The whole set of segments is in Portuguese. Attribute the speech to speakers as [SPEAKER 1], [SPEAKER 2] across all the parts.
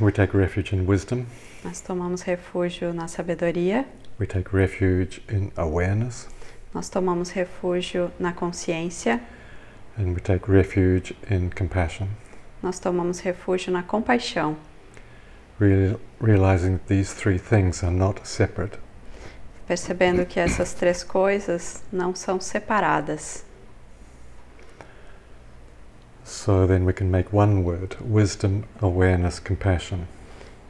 [SPEAKER 1] We take refuge in wisdom.
[SPEAKER 2] Nós tomamos refúgio na sabedoria,
[SPEAKER 1] We take refuge in awareness.
[SPEAKER 2] nós tomamos refúgio na consciência,
[SPEAKER 1] And we take refuge in compassion.
[SPEAKER 2] nós tomamos refúgio na compaixão,
[SPEAKER 1] Real, realizing that these three things are not separate.
[SPEAKER 2] percebendo que essas três coisas não são separadas.
[SPEAKER 1] So then we can make one word wisdom, awareness, compassion.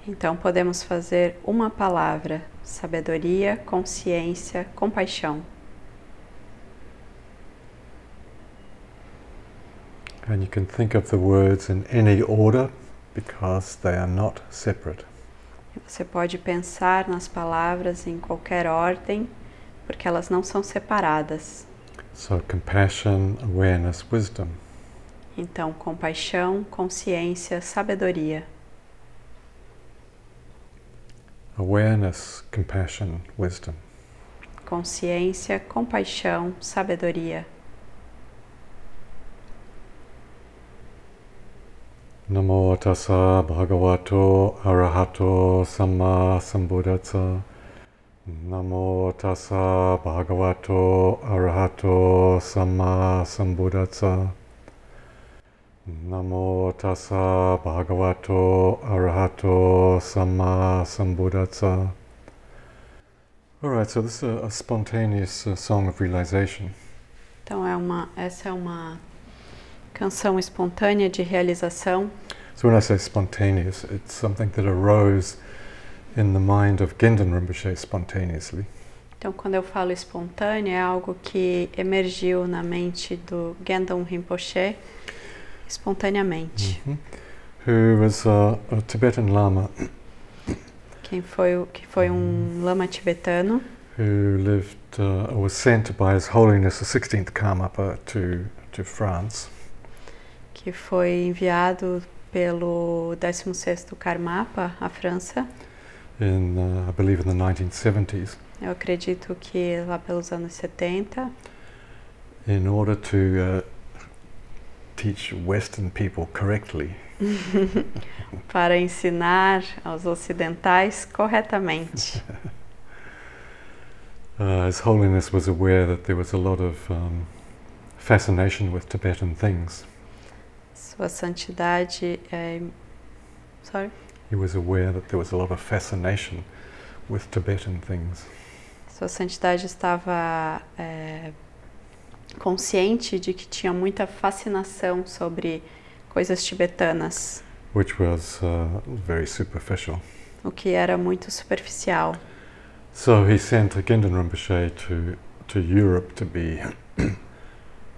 [SPEAKER 2] Então podemos fazer uma palavra: sabedoria, consciência, compaixão.
[SPEAKER 1] And you can think of the words in any order because they are not separate.
[SPEAKER 2] Você pode pensar nas palavras em qualquer ordem, porque elas não são separadas.
[SPEAKER 1] So compassion, awareness, wisdom.
[SPEAKER 2] Então, compaixão, consciência, sabedoria.
[SPEAKER 1] Awareness, compassion, wisdom.
[SPEAKER 2] Consciência, compaixão, sabedoria.
[SPEAKER 1] Namo tassa bhagavato arahato samma sambuddhassa. Namo tassa bhagavato arahato samma sambuddhassa. Namo tassa bhagavato arahato samma sambuddhassa. All right, so this is a, a spontaneous uh, song of realization.
[SPEAKER 2] Então, é uma, essa é uma canção espontânea de realização.
[SPEAKER 1] So when I say spontaneous, it's something that arose in the mind of Gendon Rinpoche spontaneously.
[SPEAKER 2] Então, quando eu falo espontânea, é algo que emergiu na mente do Gendon Rinpoche espontaneamente.
[SPEAKER 1] Mhm. Who was a, a Tibetan Lama
[SPEAKER 2] Quem foi, o- que foi um lama tibetano
[SPEAKER 1] who lived uh, or was sent by His Holiness the 16th Karmapa to, to France.
[SPEAKER 2] que foi enviado pelo 16º Karmapa à França.
[SPEAKER 1] In, uh, I believe, in the 1970s,
[SPEAKER 2] Eu acredito que lá pelos anos 70,
[SPEAKER 1] in order to uh, teach Western people correctly.
[SPEAKER 2] para ensinar aos ocidentais corretamente.
[SPEAKER 1] Uh, His Holiness was aware that there was a lot of um, fascination with Tibetan things.
[SPEAKER 2] Sua santidade é Sorry.
[SPEAKER 1] He was aware that there was a lot of fascination with Tibetan things.
[SPEAKER 2] Sua santidade estava é, consciente de que tinha muita fascinação sobre coisas tibetanas,
[SPEAKER 1] which was uh, very superficial.
[SPEAKER 2] o que era muito superficial.
[SPEAKER 1] So he sent Gendon Rinpoche to, to Europe to be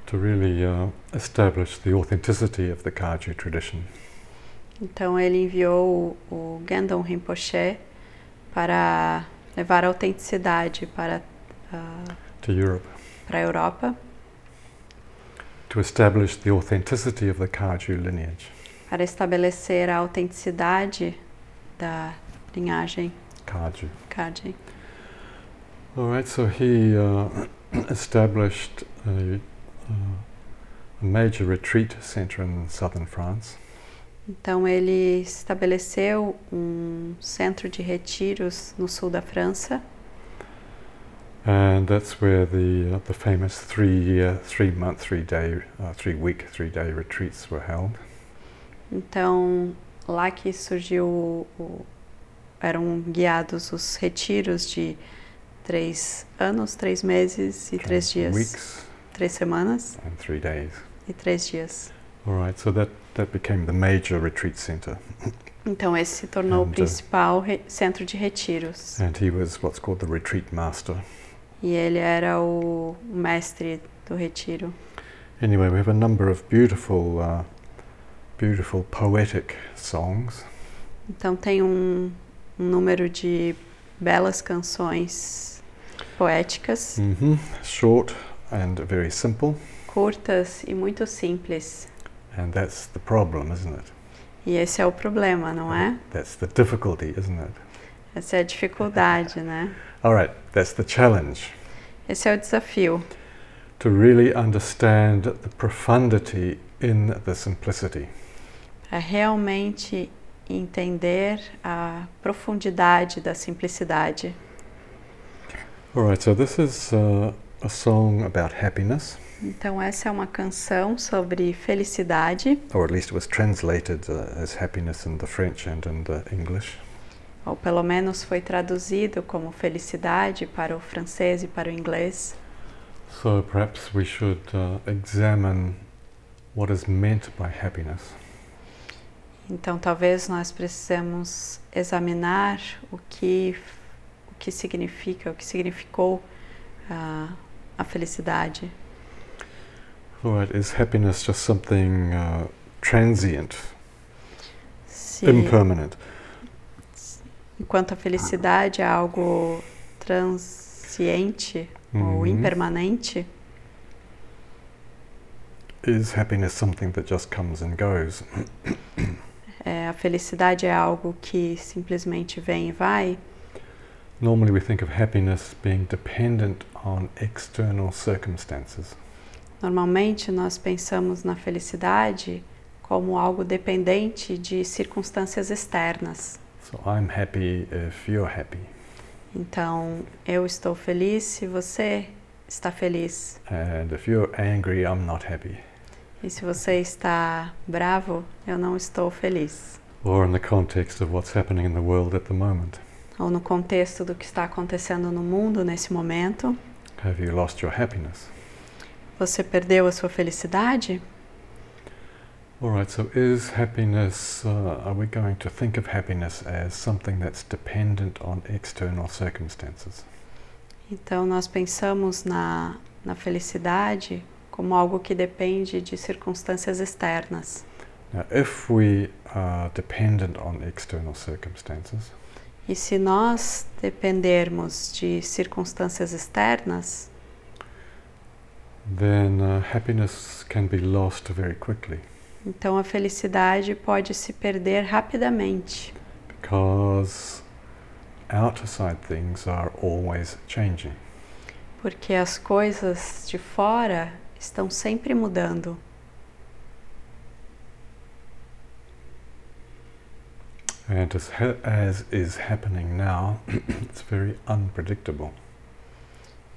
[SPEAKER 1] to really uh, establish the authenticity of the Kagyu tradition.
[SPEAKER 2] Então ele enviou o, o Gendon Rinpoche para levar a autenticidade para ah,
[SPEAKER 1] To Europe
[SPEAKER 2] para a Europa,
[SPEAKER 1] to establish the authenticity of the Kagyu lineage,
[SPEAKER 2] para estabelecer a autenticidade da linhagem
[SPEAKER 1] Kagyu.
[SPEAKER 2] Kagem.
[SPEAKER 1] All right. So he uh, established a, uh, a major retreat center in southern France.
[SPEAKER 2] Então ele estabeleceu um centro de retiros no sul da França
[SPEAKER 1] And that's where the uh, the famous three-year, three-month, three-day, uh, three-week, three-day retreats were held.
[SPEAKER 2] Então, lá que surgiu, o- o- eram guiados os retiros de três anos, três meses e três
[SPEAKER 1] Okay,
[SPEAKER 2] dias.
[SPEAKER 1] Weeks
[SPEAKER 2] Três semanas
[SPEAKER 1] and three days.
[SPEAKER 2] e três dias.
[SPEAKER 1] All right. So that that became the major retreat center,
[SPEAKER 2] Então, esse se tornou
[SPEAKER 1] And,
[SPEAKER 2] o
[SPEAKER 1] uh,
[SPEAKER 2] principal re- centro de retiros.
[SPEAKER 1] and he was what's called the retreat master.
[SPEAKER 2] E ele era o mestre do retiro.
[SPEAKER 1] Anyway, we have a number of beautiful, uh, beautiful poetic songs.
[SPEAKER 2] Então, tem um, um número de belas canções poéticas,
[SPEAKER 1] hmm Short and very simple.
[SPEAKER 2] curtas e muito simples.
[SPEAKER 1] And that's the problem, isn't it?
[SPEAKER 2] E esse é o problema, não é?
[SPEAKER 1] That's the difficulty, isn't it?
[SPEAKER 2] Essa é a dificuldade, né?
[SPEAKER 1] All right. That's the challenge.
[SPEAKER 2] Esse é o desafio,
[SPEAKER 1] to really understand the profundity in the simplicity.
[SPEAKER 2] para É realmente entender a profundidade da simplicidade.
[SPEAKER 1] All right, so this is uh, a song about happiness,
[SPEAKER 2] Então, essa é uma canção sobre felicidade,
[SPEAKER 1] or at least it was translated uh, as happiness in the French and in the English.
[SPEAKER 2] ou pelo menos foi traduzido como felicidade para o francês e para o inglês.
[SPEAKER 1] So perhaps we should uh, examine what is meant by happiness.
[SPEAKER 2] Então, talvez nós precisemos examinar o que o que significa, o que significou ah, a felicidade.
[SPEAKER 1] All right, is happiness just something uh, transient,
[SPEAKER 2] Se,
[SPEAKER 1] impermanent?
[SPEAKER 2] enquanto a felicidade é algo transiente ou
[SPEAKER 1] Mhm.
[SPEAKER 2] impermanente,
[SPEAKER 1] Is happiness something that just comes and goes?
[SPEAKER 2] é, a felicidade é algo que simplesmente vem e vai.
[SPEAKER 1] Normally, we think of happiness being dependent on external circumstances.
[SPEAKER 2] Normalmente nós pensamos na felicidade como algo dependente de circunstâncias externas.
[SPEAKER 1] So I'm happy if you're happy,
[SPEAKER 2] Então, eu estou feliz se você está feliz.
[SPEAKER 1] and if you're angry, I'm not happy.
[SPEAKER 2] E se você está bravo, eu não estou feliz.
[SPEAKER 1] Or in the context of what's happening in the world at the moment.
[SPEAKER 2] Ou no contexto do que está acontecendo no mundo nesse momento,
[SPEAKER 1] Have you lost your happiness?
[SPEAKER 2] você perdeu a sua felicidade?
[SPEAKER 1] All right, so is happiness, uh, are we going to think of happiness as something that's dependent on external circumstances?
[SPEAKER 2] Então, nós pensamos na, na felicidade como algo que depende de circunstâncias externas.
[SPEAKER 1] Now, if we are dependent on external circumstances,
[SPEAKER 2] E se nós dependermos de circunstâncias externas,
[SPEAKER 1] then uh, happiness can be lost very quickly
[SPEAKER 2] então a felicidade pode se perder rapidamente,
[SPEAKER 1] because outside things are always changing.
[SPEAKER 2] porque as coisas de fora estão sempre mudando.
[SPEAKER 1] And as, ha- as is happening now, it's very unpredictable.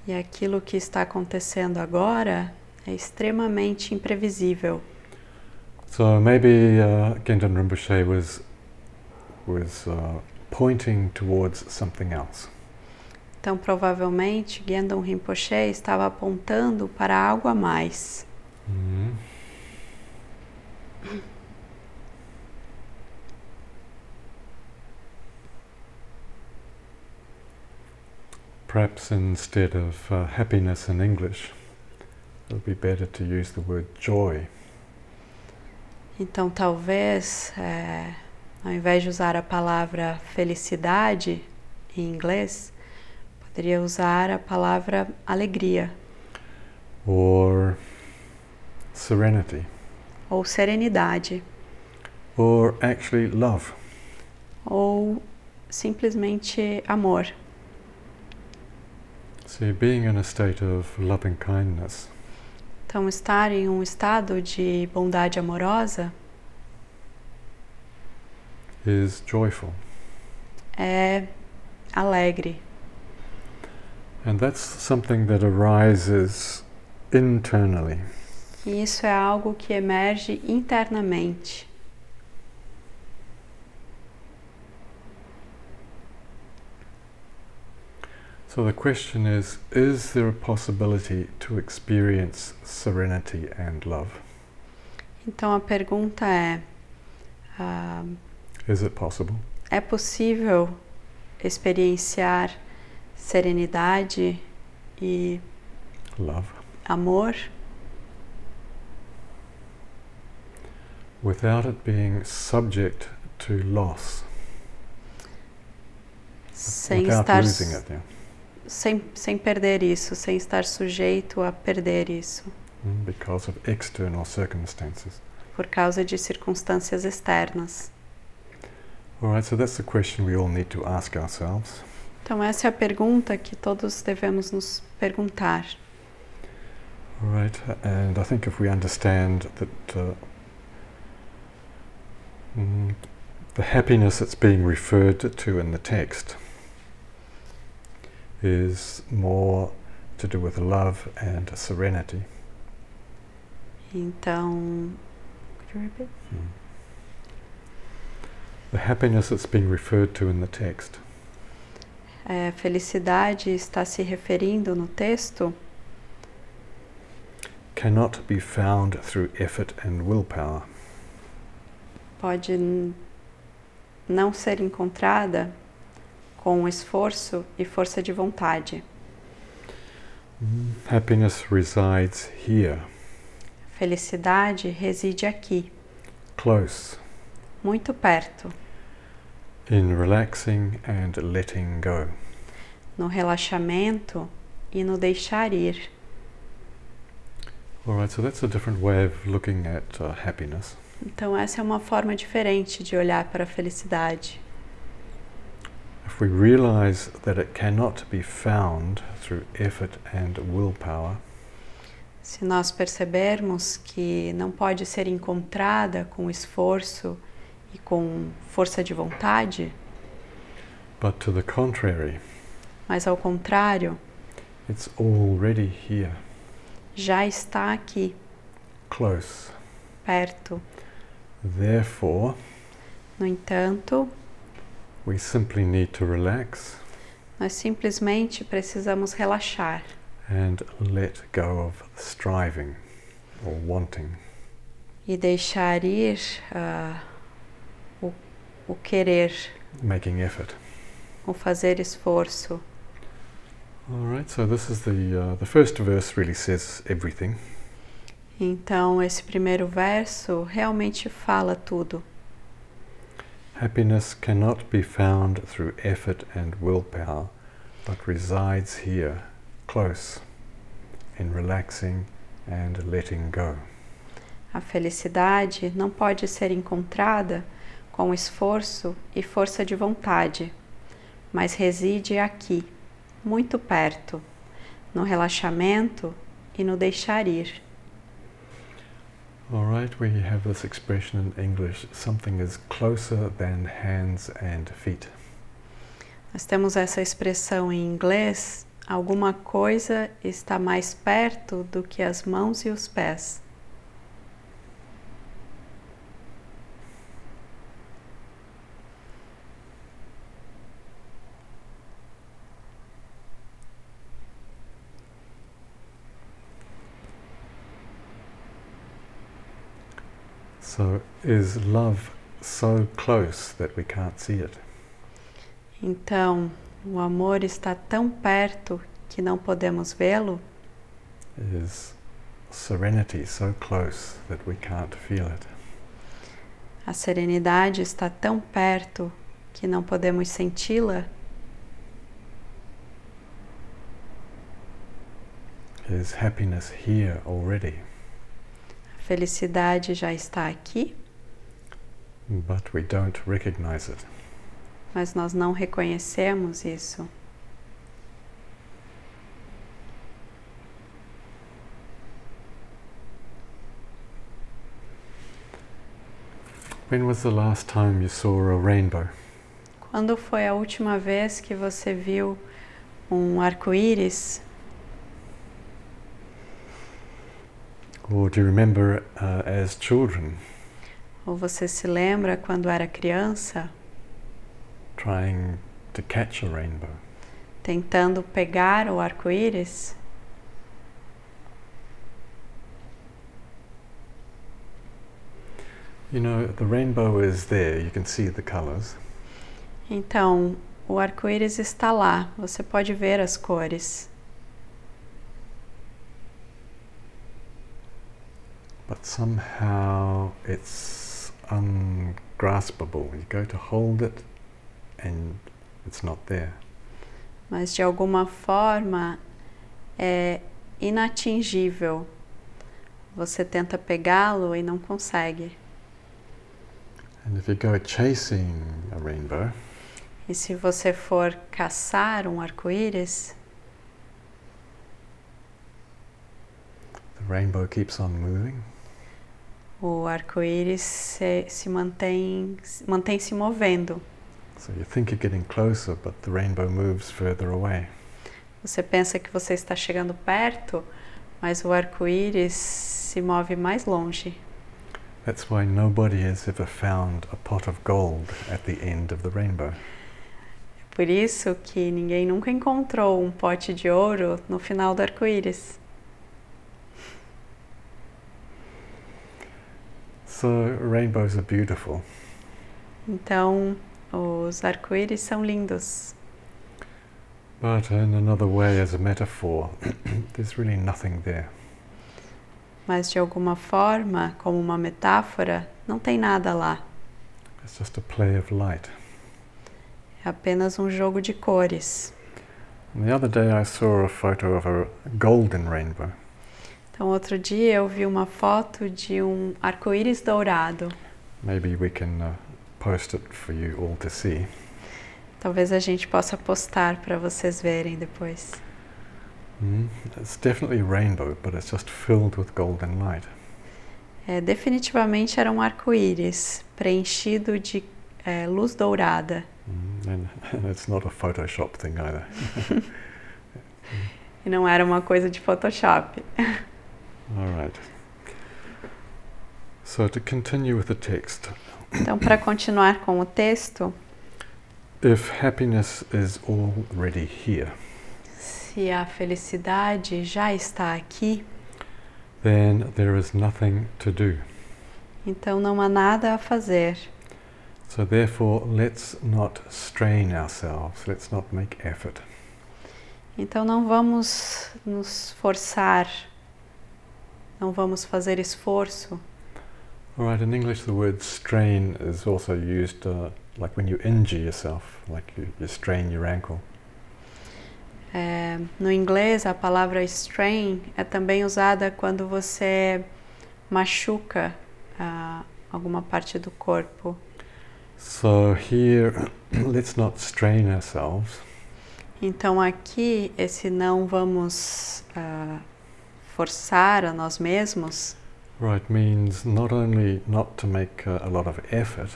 [SPEAKER 2] E aquilo que está acontecendo agora é extremamente imprevisível.
[SPEAKER 1] So maybe uh, Gendon Rinpoche was was uh, pointing towards something else.
[SPEAKER 2] Então, provavelmente, Gendon Rinpoche estava apontando para algo a mais.
[SPEAKER 1] Hmm. Perhaps instead of uh, happiness in English, it would be better to use the word joy.
[SPEAKER 2] Então, talvez, eh, ao invés de usar a palavra felicidade em inglês, poderia usar a palavra alegria
[SPEAKER 1] or serenity,
[SPEAKER 2] ou serenidade
[SPEAKER 1] or actually love.
[SPEAKER 2] ou simplesmente amor.
[SPEAKER 1] So being in a state of loving kindness
[SPEAKER 2] Então, estar em um estado de bondade amorosa
[SPEAKER 1] is joyful,
[SPEAKER 2] é alegre.
[SPEAKER 1] and that's something that arises internally.
[SPEAKER 2] E isso é algo que emerge internamente.
[SPEAKER 1] So the question is: Is there a possibility to experience serenity and love?
[SPEAKER 2] Então, a pergunta é: ah,
[SPEAKER 1] Is it possible?
[SPEAKER 2] É possível experienciar serenidade e
[SPEAKER 1] Love
[SPEAKER 2] amor
[SPEAKER 1] without it being subject to loss,
[SPEAKER 2] sem
[SPEAKER 1] without
[SPEAKER 2] estar
[SPEAKER 1] losing it. Yeah.
[SPEAKER 2] sem, sem perder isso, sem estar sujeito a perder isso
[SPEAKER 1] Mm, Because of external circumstances.
[SPEAKER 2] por causa de circunstâncias externas.
[SPEAKER 1] All right, so that's the question we all need to ask ourselves.
[SPEAKER 2] Então essa é a pergunta que todos devemos nos perguntar.
[SPEAKER 1] All right, and I think if we understand that uh, mm, the happiness that's being referred to in the text is more to do with love and serenity.
[SPEAKER 2] Então, could you repeat?
[SPEAKER 1] The happiness that's being referred to in the text
[SPEAKER 2] É, felicidade está se referindo no texto
[SPEAKER 1] cannot be found through effort and willpower.
[SPEAKER 2] pode n- não ser encontrada com esforço e força de vontade.
[SPEAKER 1] Happiness resides here,
[SPEAKER 2] Felicidade reside aqui,
[SPEAKER 1] close,
[SPEAKER 2] muito perto,
[SPEAKER 1] in relaxing and letting go.
[SPEAKER 2] no relaxamento e no deixar ir.
[SPEAKER 1] All right, so that's a different way of looking at uh, happiness.
[SPEAKER 2] Então, essa é uma forma diferente de olhar para a felicidade.
[SPEAKER 1] If we realize that it cannot be found through effort and willpower,
[SPEAKER 2] Se nós percebermos que não pode ser encontrada com esforço e com força de vontade,
[SPEAKER 1] but to the contrary,
[SPEAKER 2] mas ao contrário,
[SPEAKER 1] it's already here,
[SPEAKER 2] já está aqui,
[SPEAKER 1] close.
[SPEAKER 2] perto.
[SPEAKER 1] Therefore,
[SPEAKER 2] No entanto,
[SPEAKER 1] we simply need to relax
[SPEAKER 2] nós simplesmente precisamos relaxar
[SPEAKER 1] and let go of striving or wanting.
[SPEAKER 2] e deixar ir ah, o, o querer,
[SPEAKER 1] making effort.
[SPEAKER 2] o fazer esforço.
[SPEAKER 1] All right, so this is the uh, the first verse really says everything.
[SPEAKER 2] Então, esse primeiro verso realmente fala tudo.
[SPEAKER 1] Happiness cannot be found through effort and willpower, but resides here, close, in relaxing and letting go.
[SPEAKER 2] A felicidade não pode ser encontrada com esforço e força de vontade, mas reside aqui, muito perto, no relaxamento e no deixar ir.
[SPEAKER 1] All right, we have this expression in English: something is closer than hands and feet.
[SPEAKER 2] Nós temos essa expressão em inglês: alguma coisa está mais perto do que as mãos e os pés.
[SPEAKER 1] So, is love so close that we can't see it?
[SPEAKER 2] Então, o amor está tão perto que não podemos vê-lo?
[SPEAKER 1] Is serenity so close that we can't feel it?
[SPEAKER 2] A serenidade está tão perto que não podemos senti-la?
[SPEAKER 1] Is happiness here already,
[SPEAKER 2] A felicidade já está aqui,
[SPEAKER 1] but we don't recognize it?
[SPEAKER 2] mas nós não reconhecemos isso.
[SPEAKER 1] When was the last time you saw a rainbow?
[SPEAKER 2] Quando foi a última vez que você viu um arco-íris?
[SPEAKER 1] Or do you remember uh, as children
[SPEAKER 2] Ou você se lembra quando era criança?
[SPEAKER 1] trying to catch a rainbow?
[SPEAKER 2] tentando pegar o arco-íris,
[SPEAKER 1] You know, the rainbow is there, you can see the colors,
[SPEAKER 2] então o arco-íris está lá, você pode ver as cores,
[SPEAKER 1] but somehow it's ungraspable. You go to hold it and it's not there.
[SPEAKER 2] mas de alguma forma é inatingível. Você tenta pegá-lo e não consegue.
[SPEAKER 1] And if you go chasing a rainbow,
[SPEAKER 2] E se você for caçar um arco-íris,
[SPEAKER 1] the rainbow keeps on moving
[SPEAKER 2] O arco-íris se, se mantém, se mantém se movendo.
[SPEAKER 1] So you think you're getting closer, but the rainbow moves further away.
[SPEAKER 2] Você pensa que você está chegando perto, mas o arco-íris se move mais longe.
[SPEAKER 1] That's why nobody has ever found a pot of gold at the end of the rainbow.
[SPEAKER 2] Por isso que ninguém nunca encontrou um pote de ouro no final do arco-íris.
[SPEAKER 1] So rainbows are beautiful,
[SPEAKER 2] Então, os arco-íris são lindos,
[SPEAKER 1] but in another way, as a metaphor, there's really nothing there.
[SPEAKER 2] mas de alguma forma, como uma metáfora, não tem nada lá.
[SPEAKER 1] It's just a play of light.
[SPEAKER 2] É apenas um jogo de cores.
[SPEAKER 1] And the other day, I saw a photo of a golden rainbow.
[SPEAKER 2] Então, outro dia eu vi uma foto de um arco-íris dourado.
[SPEAKER 1] Maybe we can uh, post it for you all to see.
[SPEAKER 2] Talvez a gente possa postar para vocês verem depois.
[SPEAKER 1] Mm. It's definitely rainbow, but it's just filled with golden light.
[SPEAKER 2] É, definitivamente era um arco-íris preenchido de é, luz dourada.
[SPEAKER 1] Mm. And, and it's not a Photoshop thing either.
[SPEAKER 2] E não era uma coisa de Photoshop.
[SPEAKER 1] All right. So, to continue with the text,
[SPEAKER 2] Então, para continuar com o texto,
[SPEAKER 1] if happiness is already here,
[SPEAKER 2] se a felicidade já está aqui,
[SPEAKER 1] then there is nothing to do.
[SPEAKER 2] então não há nada a fazer.
[SPEAKER 1] So, therefore, let's not strain ourselves, let's not make effort.
[SPEAKER 2] Então, não vamos nos forçar, não vamos fazer esforço.
[SPEAKER 1] All right, in English, the word strain is also used uh, like when you injure yourself, like you, you strain your ankle.
[SPEAKER 2] É, no inglês, a palavra strain é também usada quando você machuca ah, alguma parte do corpo.
[SPEAKER 1] So, here, let's not strain ourselves,
[SPEAKER 2] Então, aqui, esse não vamos ah, forçar a nós mesmos
[SPEAKER 1] right, means not only not to make uh, a lot of effort,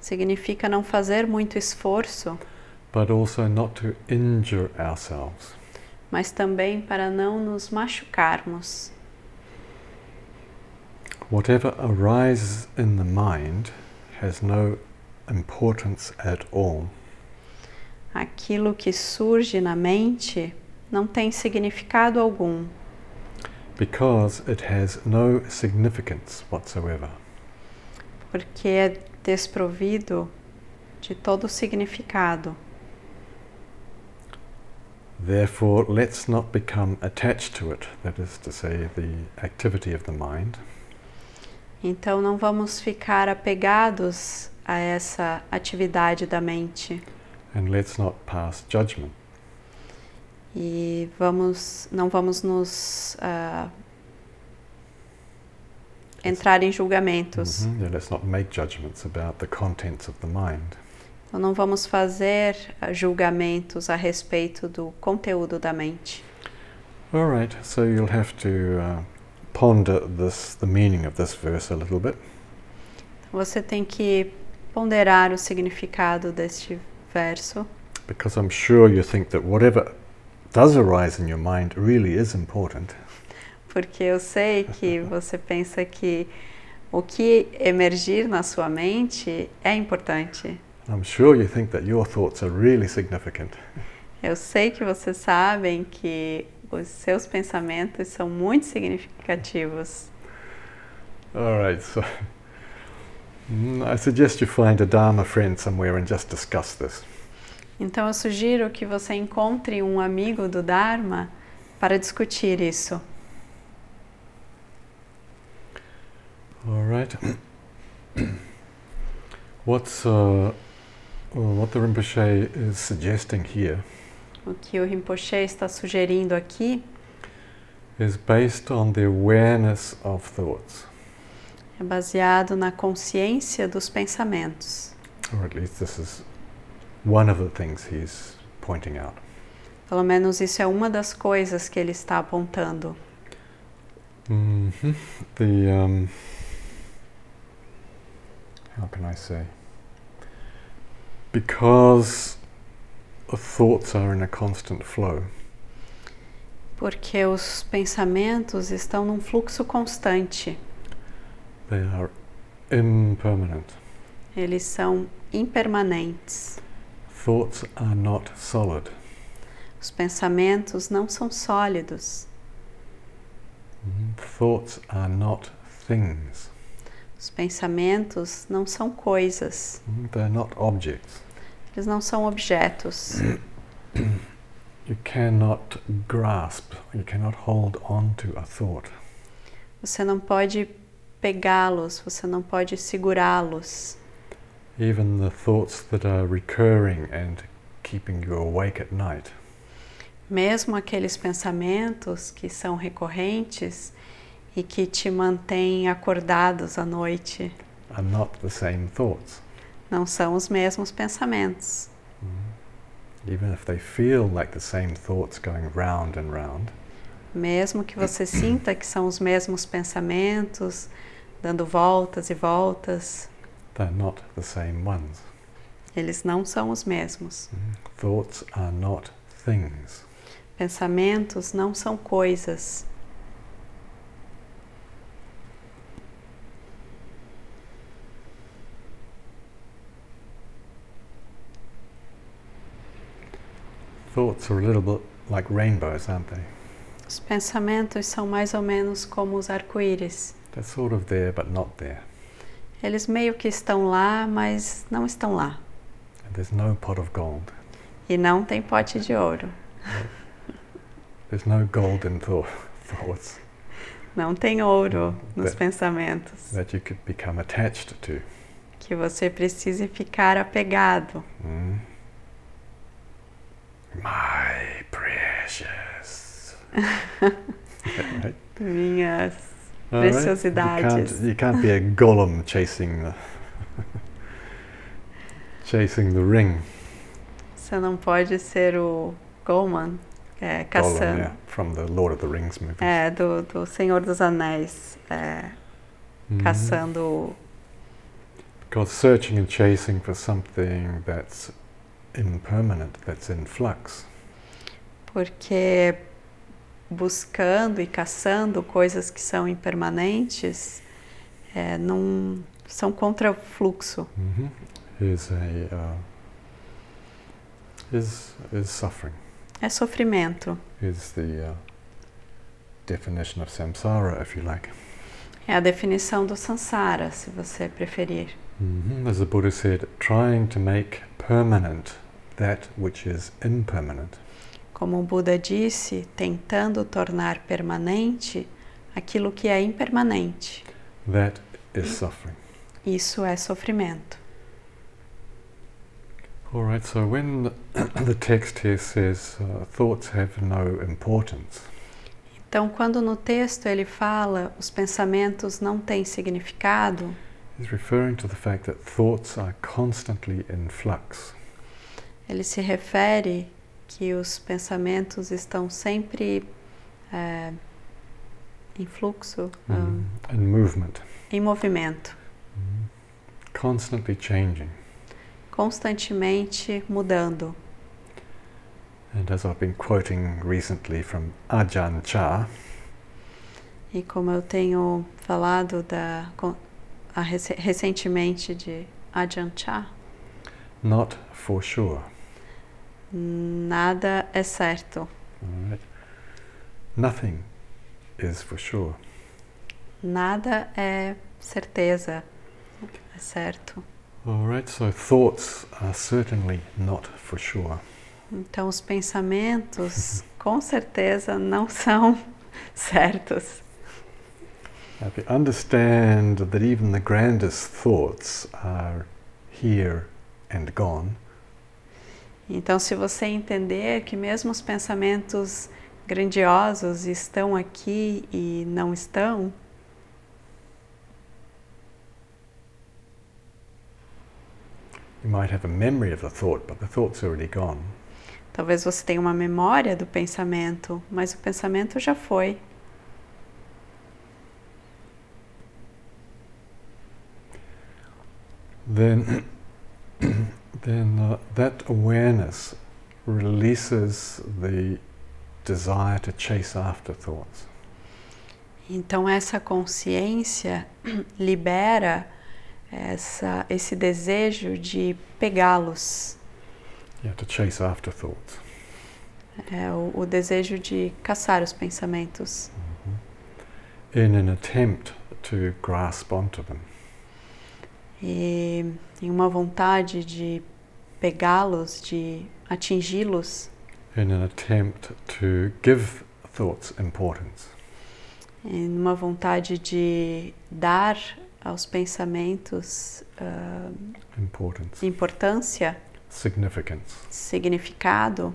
[SPEAKER 2] significa não fazer muito esforço,
[SPEAKER 1] but also not to injure ourselves.
[SPEAKER 2] mas também para não nos machucarmos.
[SPEAKER 1] Whatever arises in the mind has no importance at all.
[SPEAKER 2] Aquilo que surge na mente não tem significado algum,
[SPEAKER 1] because it has no significance whatsoever.
[SPEAKER 2] porque é desprovido de todo significado.
[SPEAKER 1] Therefore, let's not become attached to it, that is to say, the activity of the mind,
[SPEAKER 2] Então não vamos ficar apegados a essa atividade da mente
[SPEAKER 1] and let's not pass judgment.
[SPEAKER 2] e vamos não vamos nos ah, entrar em julgamentos.
[SPEAKER 1] Mhm, yeah, let's not make judgments about the contents of the mind.
[SPEAKER 2] Então não vamos fazer ah, julgamentos a respeito do conteúdo da mente.
[SPEAKER 1] All right, so you'll have to uh, ponder this, the meaning of this verse a little bit.
[SPEAKER 2] Você tem que ponderar o significado deste verso,
[SPEAKER 1] Because I'm sure you think that whatever does arise in your mind really is important.
[SPEAKER 2] porque eu sei que você pensa que o que emergir na sua mente é importante.
[SPEAKER 1] I'm sure you think that your thoughts are really significant.
[SPEAKER 2] Eu sei que vocês sabem que os seus pensamentos são muito significativos.
[SPEAKER 1] All right, so Mm, I suggest you find a Dharma friend somewhere and just discuss this.
[SPEAKER 2] Então eu sugiro que você encontre um amigo do Dharma para discutir isso.
[SPEAKER 1] All right. What's uh, well, what the Rinpoche is suggesting here
[SPEAKER 2] O que o Rinpoche está sugerindo aqui
[SPEAKER 1] is based on the awareness of thoughts,
[SPEAKER 2] é baseado na consciência dos pensamentos,
[SPEAKER 1] or at least this is one of the things he's pointing out.
[SPEAKER 2] Pelo menos isso é uma das coisas que ele está apontando.
[SPEAKER 1] hmm The Mm-hmm. um, how can I say? Because thoughts are in a constant flow,
[SPEAKER 2] porque os pensamentos estão num fluxo constante,
[SPEAKER 1] they are impermanent.
[SPEAKER 2] eles são impermanentes.
[SPEAKER 1] Thoughts are not solid.
[SPEAKER 2] Os pensamentos não são sólidos,
[SPEAKER 1] Mhm. Thoughts are not things.
[SPEAKER 2] os pensamentos não são coisas,
[SPEAKER 1] Mhm. They're not objects.
[SPEAKER 2] eles não são objetos.
[SPEAKER 1] You cannot grasp, you cannot hold on to a thought.
[SPEAKER 2] Você não pode pegá-los, você não pode segurá-los.
[SPEAKER 1] Even the thoughts that are recurring and keeping you awake at night,
[SPEAKER 2] Mesmo aqueles pensamentos que são recorrentes e que te mantêm acordados à noite,
[SPEAKER 1] are not the same thoughts.
[SPEAKER 2] não são os mesmos pensamentos.
[SPEAKER 1] Even if they feel like the same thoughts going round and round,
[SPEAKER 2] Mesmo que você sinta que são os mesmos pensamentos, dando voltas e voltas,
[SPEAKER 1] they're not the same ones.
[SPEAKER 2] eles não são os mesmos.
[SPEAKER 1] Thoughts are not things.
[SPEAKER 2] Pensamentos não são coisas.
[SPEAKER 1] Thoughts are a little bit like rainbows, aren't they?
[SPEAKER 2] Os pensamentos são mais ou menos como os arco-íris.
[SPEAKER 1] They're sort of there but not there.
[SPEAKER 2] Eles meio que estão lá, mas não estão lá.
[SPEAKER 1] And there's no pot of gold.
[SPEAKER 2] E não tem pote de ouro.
[SPEAKER 1] There's no golden thought, thoughts
[SPEAKER 2] Não tem ouro nos
[SPEAKER 1] Be-
[SPEAKER 2] pensamentos
[SPEAKER 1] that you could become attached to.
[SPEAKER 2] que você precise ficar apegado.
[SPEAKER 1] Mm. My precious. Yeah, right?
[SPEAKER 2] Minhas.
[SPEAKER 1] All right. You
[SPEAKER 2] Preciosidades.
[SPEAKER 1] can't, you can't be a golem chasing the chasing the ring.
[SPEAKER 2] Você não pode ser o Goldman é,
[SPEAKER 1] Gollum,
[SPEAKER 2] caçando.
[SPEAKER 1] yeah, from the Lord of the Rings movie.
[SPEAKER 2] É, do, do Senhor dos Anéis. é,
[SPEAKER 1] Mhm.
[SPEAKER 2] Caçando.
[SPEAKER 1] Because searching and chasing for something that's impermanent, that's in flux,
[SPEAKER 2] Porque buscando e caçando coisas que são impermanentes é, não, são contra o fluxo.
[SPEAKER 1] mhm, is a uh, is is suffering.
[SPEAKER 2] É sofrimento.
[SPEAKER 1] Is the uh, definition of samsara, if you like.
[SPEAKER 2] É a definição do samsara, se você preferir.
[SPEAKER 1] hmm As the Buddha said, trying to make permanent that which is impermanent.
[SPEAKER 2] Como o Buda disse, tentando tornar permanente aquilo que é impermanente.
[SPEAKER 1] That is suffering.
[SPEAKER 2] Isso é sofrimento.
[SPEAKER 1] All right, so when the text here says uh, thoughts have no importance,
[SPEAKER 2] Então, quando no texto ele fala os pensamentos não têm significado,
[SPEAKER 1] he's referring to the fact that thoughts are constantly in flux.
[SPEAKER 2] ele se refere que os pensamentos estão sempre eh, em fluxo, ah,
[SPEAKER 1] And mm, movement, mm,
[SPEAKER 2] em movimento,
[SPEAKER 1] constantly changing.
[SPEAKER 2] constantemente mudando.
[SPEAKER 1] And as I've been quoting recently from Ajahn Chah,
[SPEAKER 2] E como eu tenho falado da, com- a rece- recentemente de Ajahn Chah,
[SPEAKER 1] not for sure.
[SPEAKER 2] nada é certo,
[SPEAKER 1] All right. Nothing is for sure.
[SPEAKER 2] nada é certeza, é certo.
[SPEAKER 1] All right, so thoughts are certainly not for sure.
[SPEAKER 2] Então, os pensamentos com certeza não são certos.
[SPEAKER 1] Now, if you understand that even the grandest thoughts are here and gone,
[SPEAKER 2] Então, se você entender que mesmo os pensamentos grandiosos estão aqui e não estão,
[SPEAKER 1] you might have a memory of the thought, but the thought's already gone.
[SPEAKER 2] talvez você tenha uma memória do pensamento, mas o pensamento já foi.
[SPEAKER 1] then then uh, that awareness releases the desire to chase after thoughts.
[SPEAKER 2] Então essa consciência libera essa, esse desejo de pegá-los,
[SPEAKER 1] Yeah, to chase after thoughts.
[SPEAKER 2] é, o, o desejo de caçar os pensamentos
[SPEAKER 1] in an attempt to grasp onto them.
[SPEAKER 2] e em uma vontade de pegá-los, de atingi-los,
[SPEAKER 1] in an attempt to give thoughts importance.
[SPEAKER 2] em uma vontade de dar aos pensamentos ah,
[SPEAKER 1] Importance.
[SPEAKER 2] importância,
[SPEAKER 1] Significance. Mm-hmm.
[SPEAKER 2] significado,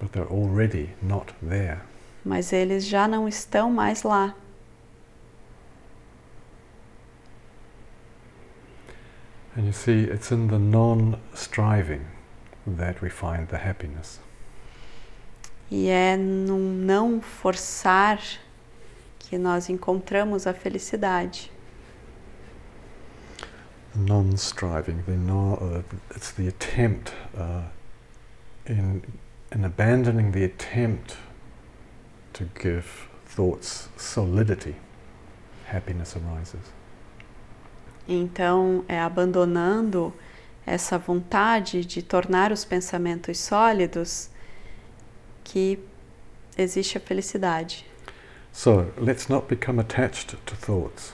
[SPEAKER 1] But they're already not there.
[SPEAKER 2] mas eles já não estão mais lá.
[SPEAKER 1] And you see, it's in the non striving that we find the happiness.
[SPEAKER 2] E é num não forçar que nós encontramos a felicidade.
[SPEAKER 1] The non striving, the no, uh, it's the attempt uh, in, in abandoning the attempt to give thoughts solidity, happiness arises.
[SPEAKER 2] Então, é abandonando essa vontade de tornar os pensamentos sólidos que existe a felicidade.
[SPEAKER 1] So let's not become attached to thoughts.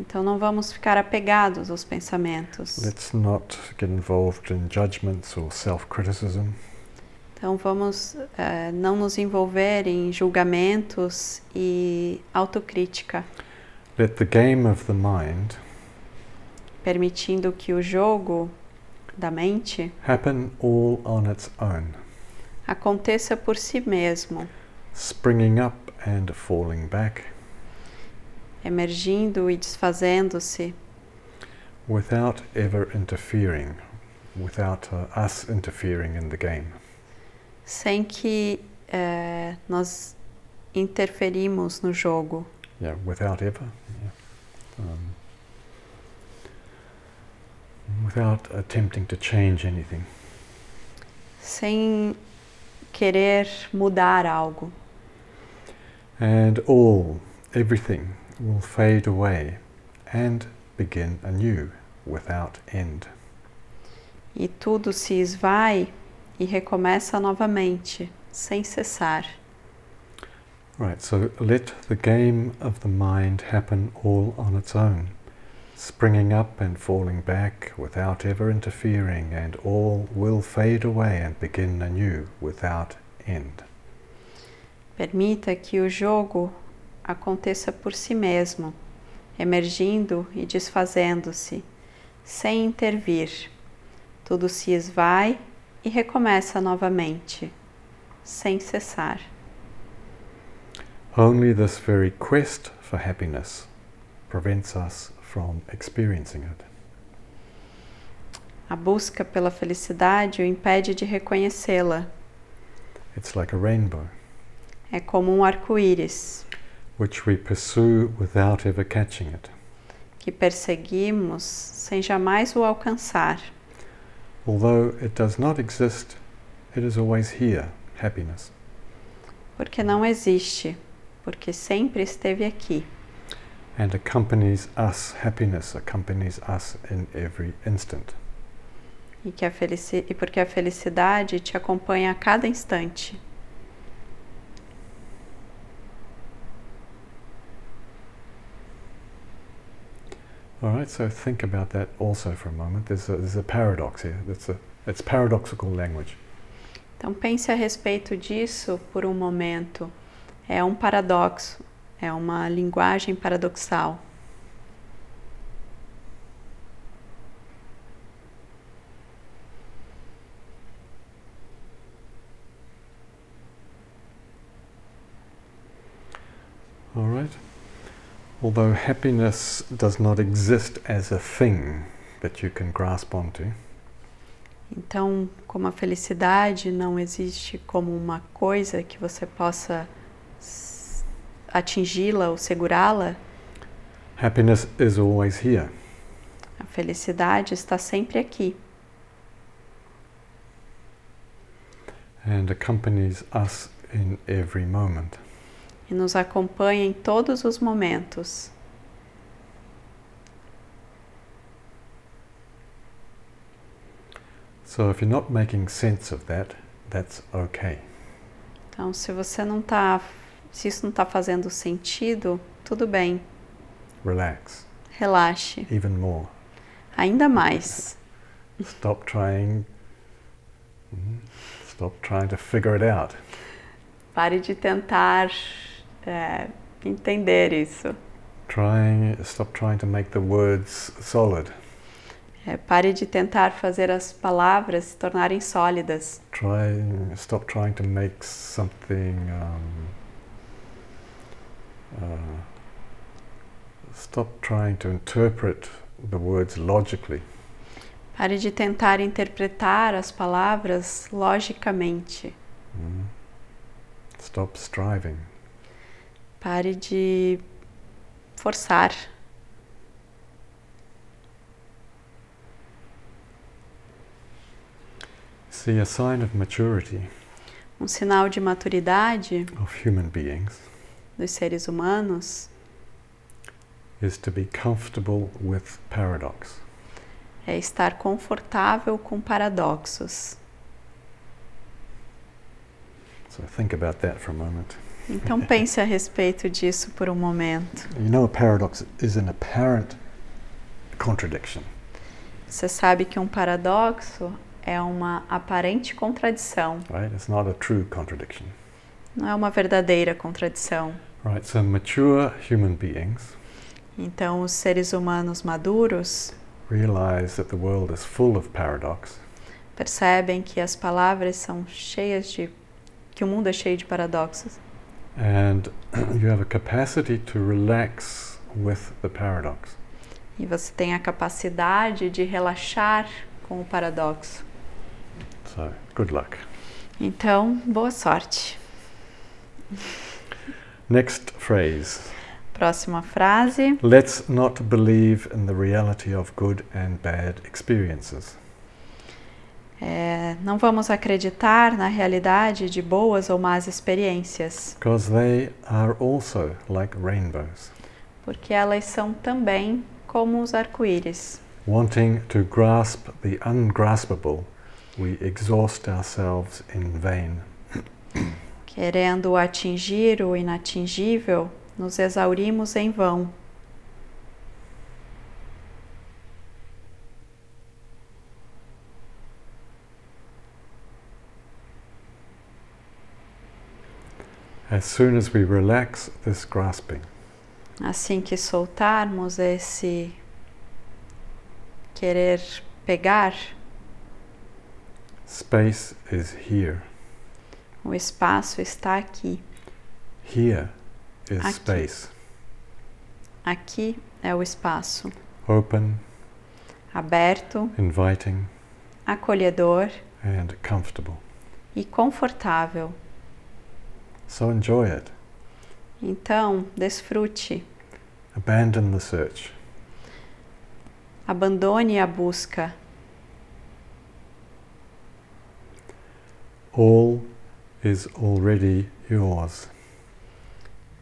[SPEAKER 2] Então, não vamos ficar apegados aos pensamentos.
[SPEAKER 1] Let's not get involved in judgments or self criticism.
[SPEAKER 2] Então, vamos eh, não nos envolver em julgamentos e autocrítica,
[SPEAKER 1] Let the game of the mind
[SPEAKER 2] permitindo que o jogo da mente
[SPEAKER 1] happen all on its own,
[SPEAKER 2] aconteça por si mesmo,
[SPEAKER 1] springing up and falling back
[SPEAKER 2] emergindo e desfazendo-se,
[SPEAKER 1] without ever interfering, without uh, us interfering in the game.
[SPEAKER 2] sem que eh, nós interferimos no jogo,
[SPEAKER 1] Yeah, without ever. Yeah. Um, without attempting to change anything.
[SPEAKER 2] sem querer mudar algo.
[SPEAKER 1] And all, everything, will fade away and begin anew without end.
[SPEAKER 2] E tudo se esvai e recomeça novamente, sem cessar.
[SPEAKER 1] Right, so let the game of the mind happen all on its own, springing up and falling back without ever interfering, and all will fade away and begin anew without end.
[SPEAKER 2] Permita que o jogo aconteça por si mesmo, emergindo e desfazendo-se, sem intervir. Tudo se esvai e recomeça novamente, sem cessar.
[SPEAKER 1] Only this very quest for happiness prevents us from experiencing it.
[SPEAKER 2] A busca pela felicidade o impede de reconhecê-la.
[SPEAKER 1] It's like a rainbow,
[SPEAKER 2] É como um arco-íris
[SPEAKER 1] which we pursue without ever catching it.
[SPEAKER 2] que perseguimos sem jamais o alcançar.
[SPEAKER 1] Although it does not exist, it is always here, happiness.
[SPEAKER 2] Porque não existe, porque sempre esteve aqui
[SPEAKER 1] and accompanies us, happiness accompanies us in every instant.
[SPEAKER 2] e, que a felici e porque a felicidade te acompanha a cada instante.
[SPEAKER 1] All right, so think about that also for a moment. There's a, there's a paradox here. That's a, it's paradoxical language.
[SPEAKER 2] Então pense a respeito disso por um momento. É um paradoxo, é uma linguagem paradoxal.
[SPEAKER 1] All right. Although happiness does not exist as a thing that you can grasp onto,
[SPEAKER 2] Então, como a felicidade não existe como uma coisa que você possa s- atingi-la ou segurá-la,
[SPEAKER 1] Happiness is always here.
[SPEAKER 2] A felicidade está sempre aqui
[SPEAKER 1] and accompanies us in every moment.
[SPEAKER 2] e nos acompanha em todos os momentos.
[SPEAKER 1] So if you're not making sense of that, that's okay.
[SPEAKER 2] Então, se você não tá, se isso não está fazendo sentido, tudo bem,
[SPEAKER 1] Relax
[SPEAKER 2] relaxe
[SPEAKER 1] even more.
[SPEAKER 2] ainda mais.
[SPEAKER 1] Stop trying. Mhm. Stop trying to figure it out.
[SPEAKER 2] Pare de tentar é, entender isso.
[SPEAKER 1] Trying. Stop trying to make the words solid.
[SPEAKER 2] É, pare de tentar fazer as palavras se tornarem sólidas.
[SPEAKER 1] Try. Stop trying to make something. Um, uh, stop trying to interpret the words logically.
[SPEAKER 2] Pare de tentar interpretar as palavras logicamente.
[SPEAKER 1] Mm. Stop striving.
[SPEAKER 2] Pare de forçar.
[SPEAKER 1] See, a sign of maturity
[SPEAKER 2] Um sinal de maturidade
[SPEAKER 1] of human beings
[SPEAKER 2] dos seres humanos
[SPEAKER 1] is to be comfortable with paradox.
[SPEAKER 2] é estar confortável com paradoxos.
[SPEAKER 1] So think about that for a moment.
[SPEAKER 2] Então pense a respeito disso por um momento.
[SPEAKER 1] You know, a paradox is an apparent contradiction.
[SPEAKER 2] Você sabe que um paradoxo é uma aparente contradição,
[SPEAKER 1] Right? It's not a true contradiction.
[SPEAKER 2] não é uma verdadeira contradição.
[SPEAKER 1] Right, so mature human beings
[SPEAKER 2] Então, os seres humanos maduros
[SPEAKER 1] realize that the world is full of paradox
[SPEAKER 2] percebem que as palavras são cheias de. que o mundo é cheio de paradoxos.
[SPEAKER 1] and you have a capacity to relax with the paradox.
[SPEAKER 2] E você tem a capacidade de relaxar com o paradoxo.
[SPEAKER 1] So, good luck.
[SPEAKER 2] Então, boa sorte.
[SPEAKER 1] Next phrase
[SPEAKER 2] Próxima frase.
[SPEAKER 1] Let's not believe in the reality of good and bad experiences.
[SPEAKER 2] É, não vamos acreditar na realidade de boas ou más experiências,
[SPEAKER 1] Because they are also like rainbows,
[SPEAKER 2] porque elas são também como os arco-íris.
[SPEAKER 1] wanting to grasp the ungraspable, we exhaust ourselves in vain.
[SPEAKER 2] Querendo atingir o inatingível, nos exaurimos em vão.
[SPEAKER 1] As soon as we relax this grasping,
[SPEAKER 2] Assim que soltarmos esse querer pegar,
[SPEAKER 1] space is here.
[SPEAKER 2] o espaço está aqui.
[SPEAKER 1] Here is
[SPEAKER 2] Aquí.
[SPEAKER 1] space,
[SPEAKER 2] Aqui é o espaço
[SPEAKER 1] open,
[SPEAKER 2] aberto,
[SPEAKER 1] inviting,
[SPEAKER 2] acolhedor
[SPEAKER 1] and comfortable.
[SPEAKER 2] e confortável.
[SPEAKER 1] So enjoy it.
[SPEAKER 2] Então, desfrute.
[SPEAKER 1] Abandon the search.
[SPEAKER 2] Abandone a busca.
[SPEAKER 1] All is already yours.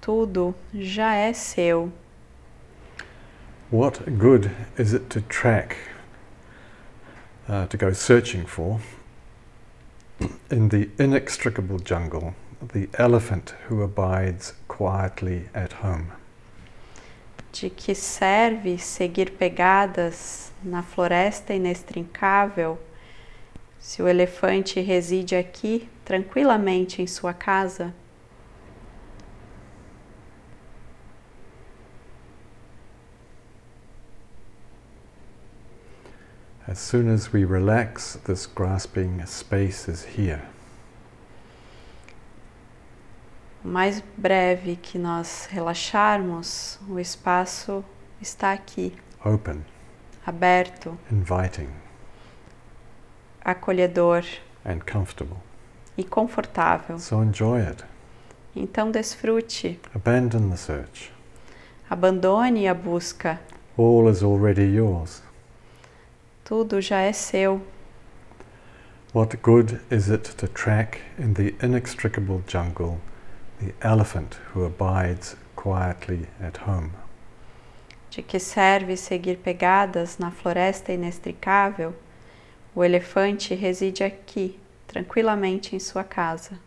[SPEAKER 2] Tudo já é seu.
[SPEAKER 1] What good is it to track, uh, to go searching for, in the inextricable jungle, the elephant who abides quietly at home?
[SPEAKER 2] De que serve seguir pegadas na floresta inextrincável se o elefante reside aqui tranquilamente em sua casa?
[SPEAKER 1] As soon as we relax, this grasping space is here.
[SPEAKER 2] O mais breve que nós relaxarmos, o espaço está aqui,
[SPEAKER 1] Open,
[SPEAKER 2] aberto,
[SPEAKER 1] inviting,
[SPEAKER 2] acolhedor
[SPEAKER 1] and comfortable.
[SPEAKER 2] e confortável.
[SPEAKER 1] So enjoy it.
[SPEAKER 2] Então desfrute,
[SPEAKER 1] Abandon the search.
[SPEAKER 2] Abandone a busca.
[SPEAKER 1] All is already yours.
[SPEAKER 2] Tudo já é seu.
[SPEAKER 1] What good is it to track in the inextricable jungle the elephant who abides quietly at home?
[SPEAKER 2] De que serve seguir pegadas na floresta inextricável? O elefante reside aqui, tranquilamente em sua casa.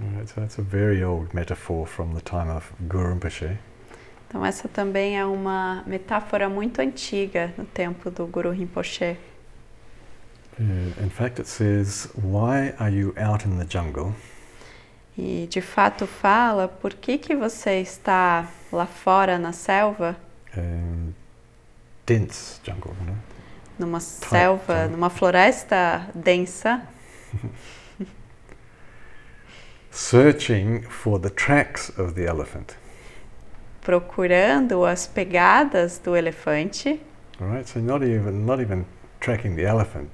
[SPEAKER 1] All right, so that's a very old metaphor from the time of Guru Rinpoche.
[SPEAKER 2] Então, essa também é uma metáfora muito antiga no tempo do Guru Rinpoche.
[SPEAKER 1] Uh, in fact, it says, Why are you out in the jungle?
[SPEAKER 2] E de fato fala por que, que você está lá fora na selva,
[SPEAKER 1] Um, dense jungle, you know?
[SPEAKER 2] numa selva,
[SPEAKER 1] tá.
[SPEAKER 2] numa floresta densa,
[SPEAKER 1] Searching for the tracks of the elephant.
[SPEAKER 2] procurando as pegadas do elefante.
[SPEAKER 1] All right, so not even not even tracking the elephant.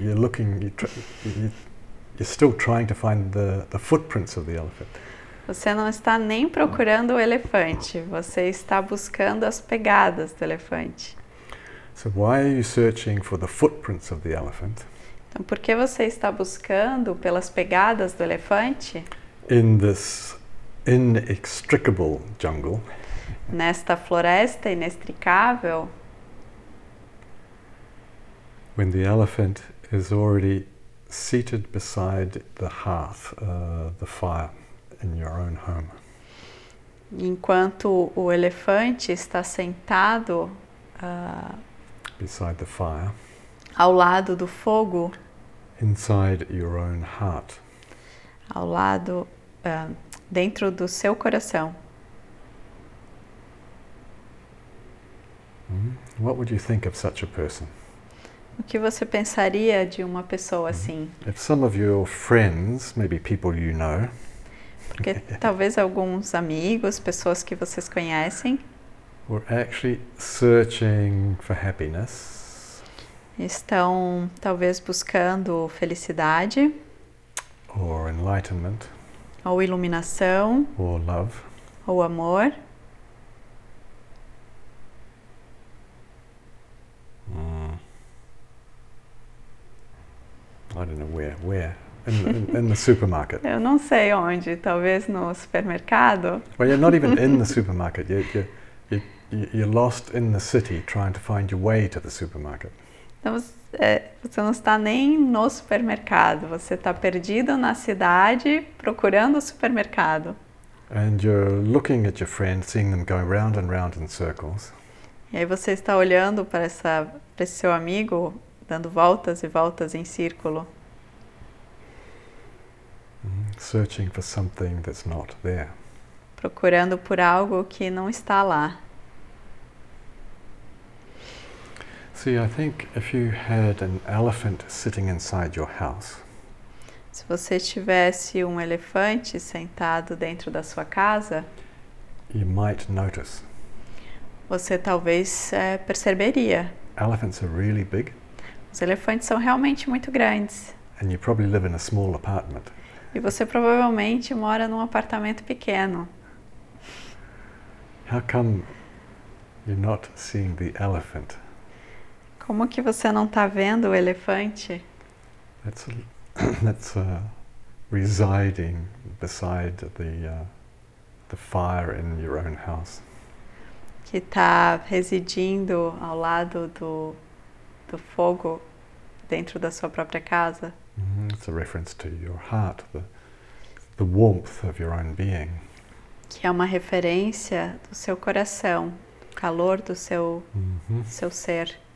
[SPEAKER 1] You're looking. You're, tr- you you're still trying to find the, the footprints of the elephant.
[SPEAKER 2] Você não está nem procurando o elefante, você está buscando as pegadas do elefante.
[SPEAKER 1] So why are you searching for the footprints of the elephant
[SPEAKER 2] Então, por que você está buscando pelas pegadas do elefante
[SPEAKER 1] in this inextricable jungle?
[SPEAKER 2] nesta floresta inextricável
[SPEAKER 1] when the elephant is already seated beside the hearth, uh, the fire in your own home.
[SPEAKER 2] enquanto o elefante está sentado ah,
[SPEAKER 1] Beside the fire,
[SPEAKER 2] ao lado do fogo,
[SPEAKER 1] inside your own heart.
[SPEAKER 2] ao lado ah, dentro do seu coração.
[SPEAKER 1] Mm. What would you think of such a person?
[SPEAKER 2] O que você pensaria de uma pessoa assim?
[SPEAKER 1] If some of your friends, maybe people you know,
[SPEAKER 2] Porque talvez alguns amigos, pessoas que vocês conhecem,
[SPEAKER 1] were actually searching for happiness
[SPEAKER 2] estão talvez buscando felicidade
[SPEAKER 1] or enlightenment
[SPEAKER 2] ou iluminação
[SPEAKER 1] or love,
[SPEAKER 2] ou amor,
[SPEAKER 1] mm. I don't know where, where, in, the- in, in the supermarket.
[SPEAKER 2] eu não sei onde, talvez no supermercado,
[SPEAKER 1] Well, you're not even in the supermarket. You're, you're, you you- you're lost in the city trying to find your way to the supermarket.
[SPEAKER 2] Então, você- é, você não está nem no supermercado, você está perdido na cidade procurando o supermercado.
[SPEAKER 1] And you're looking at your friend, seeing them go round and round in circles.
[SPEAKER 2] E aí você está olhando para, essa, para esse seu amigo, dando voltas e voltas em círculo,
[SPEAKER 1] mm, Searching for something that's not there.
[SPEAKER 2] procurando por algo que não está lá.
[SPEAKER 1] See, I think if you had an elephant sitting inside your house,
[SPEAKER 2] Se você tivesse um elefante sentado dentro da sua casa,
[SPEAKER 1] you might notice.
[SPEAKER 2] você talvez é, perceberia.
[SPEAKER 1] Elephants are really big,
[SPEAKER 2] Os elefantes são realmente muito grandes.
[SPEAKER 1] and you probably live in a small apartment.
[SPEAKER 2] E você provavelmente mora num apartamento pequeno.
[SPEAKER 1] How come you're not seeing the elephant?
[SPEAKER 2] Como que você não tá vendo o elefante
[SPEAKER 1] That's a, that's uh residing beside the uh, the fire in your own house.
[SPEAKER 2] que tá residindo ao lado do, do fogo dentro da sua própria casa?
[SPEAKER 1] Mm-hmm. It's a reference to your heart, the the warmth of your own being.
[SPEAKER 2] Que é uma referência do seu coração, do calor do seu, seu ser.
[SPEAKER 1] Mm-hmm.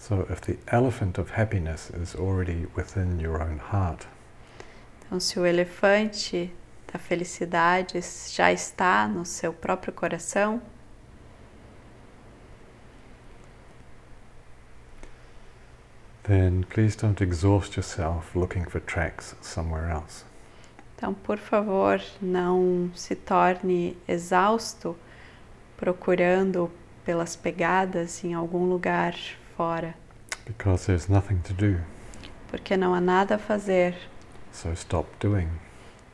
[SPEAKER 1] So if the elephant of happiness is already within your own heart,
[SPEAKER 2] Então, se o elefante da felicidade já está no seu próprio coração,
[SPEAKER 1] then please don't exhaust yourself looking for tracks somewhere else.
[SPEAKER 2] então, por favor, não se torne exausto procurando pelas pegadas em algum lugar fora.
[SPEAKER 1] Because there's nothing to do.
[SPEAKER 2] porque não há nada a fazer,
[SPEAKER 1] So stop doing.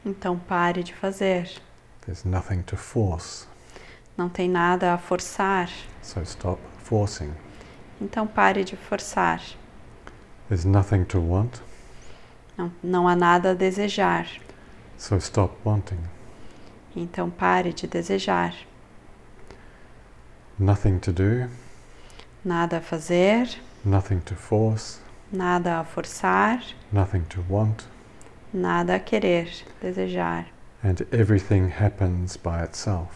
[SPEAKER 2] então pare de fazer.
[SPEAKER 1] There's nothing to force.
[SPEAKER 2] Não tem nada a forçar,
[SPEAKER 1] So stop forcing.
[SPEAKER 2] então pare de forçar.
[SPEAKER 1] There's nothing to want,
[SPEAKER 2] Não, não há nada a desejar,
[SPEAKER 1] so stop wanting.
[SPEAKER 2] então pare de desejar.
[SPEAKER 1] Nothing to do,
[SPEAKER 2] Nada a fazer,
[SPEAKER 1] nothing to force,
[SPEAKER 2] nada a forçar,
[SPEAKER 1] nothing to want,
[SPEAKER 2] nada a querer, desejar.
[SPEAKER 1] and everything happens by itself.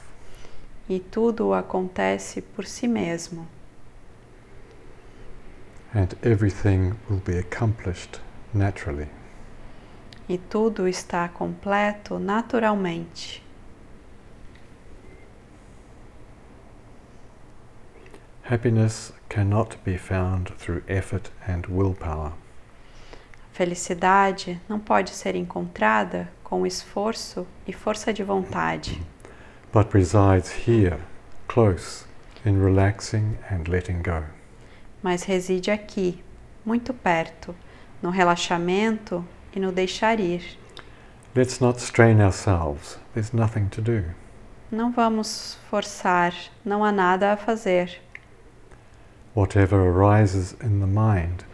[SPEAKER 2] E tudo acontece por si mesmo.
[SPEAKER 1] And everything will be accomplished naturally.
[SPEAKER 2] E tudo está completo naturalmente.
[SPEAKER 1] Happiness cannot be found through effort and willpower.
[SPEAKER 2] Felicidade não pode ser encontrada com esforço e força de vontade,
[SPEAKER 1] but resides here, close, in relaxing and letting go.
[SPEAKER 2] mas reside aqui, muito perto, no relaxamento e no deixar ir.
[SPEAKER 1] Let's not strain ourselves, there's nothing to do.
[SPEAKER 2] Não vamos forçar, não há nada a fazer.
[SPEAKER 1] Whatever arises in the mind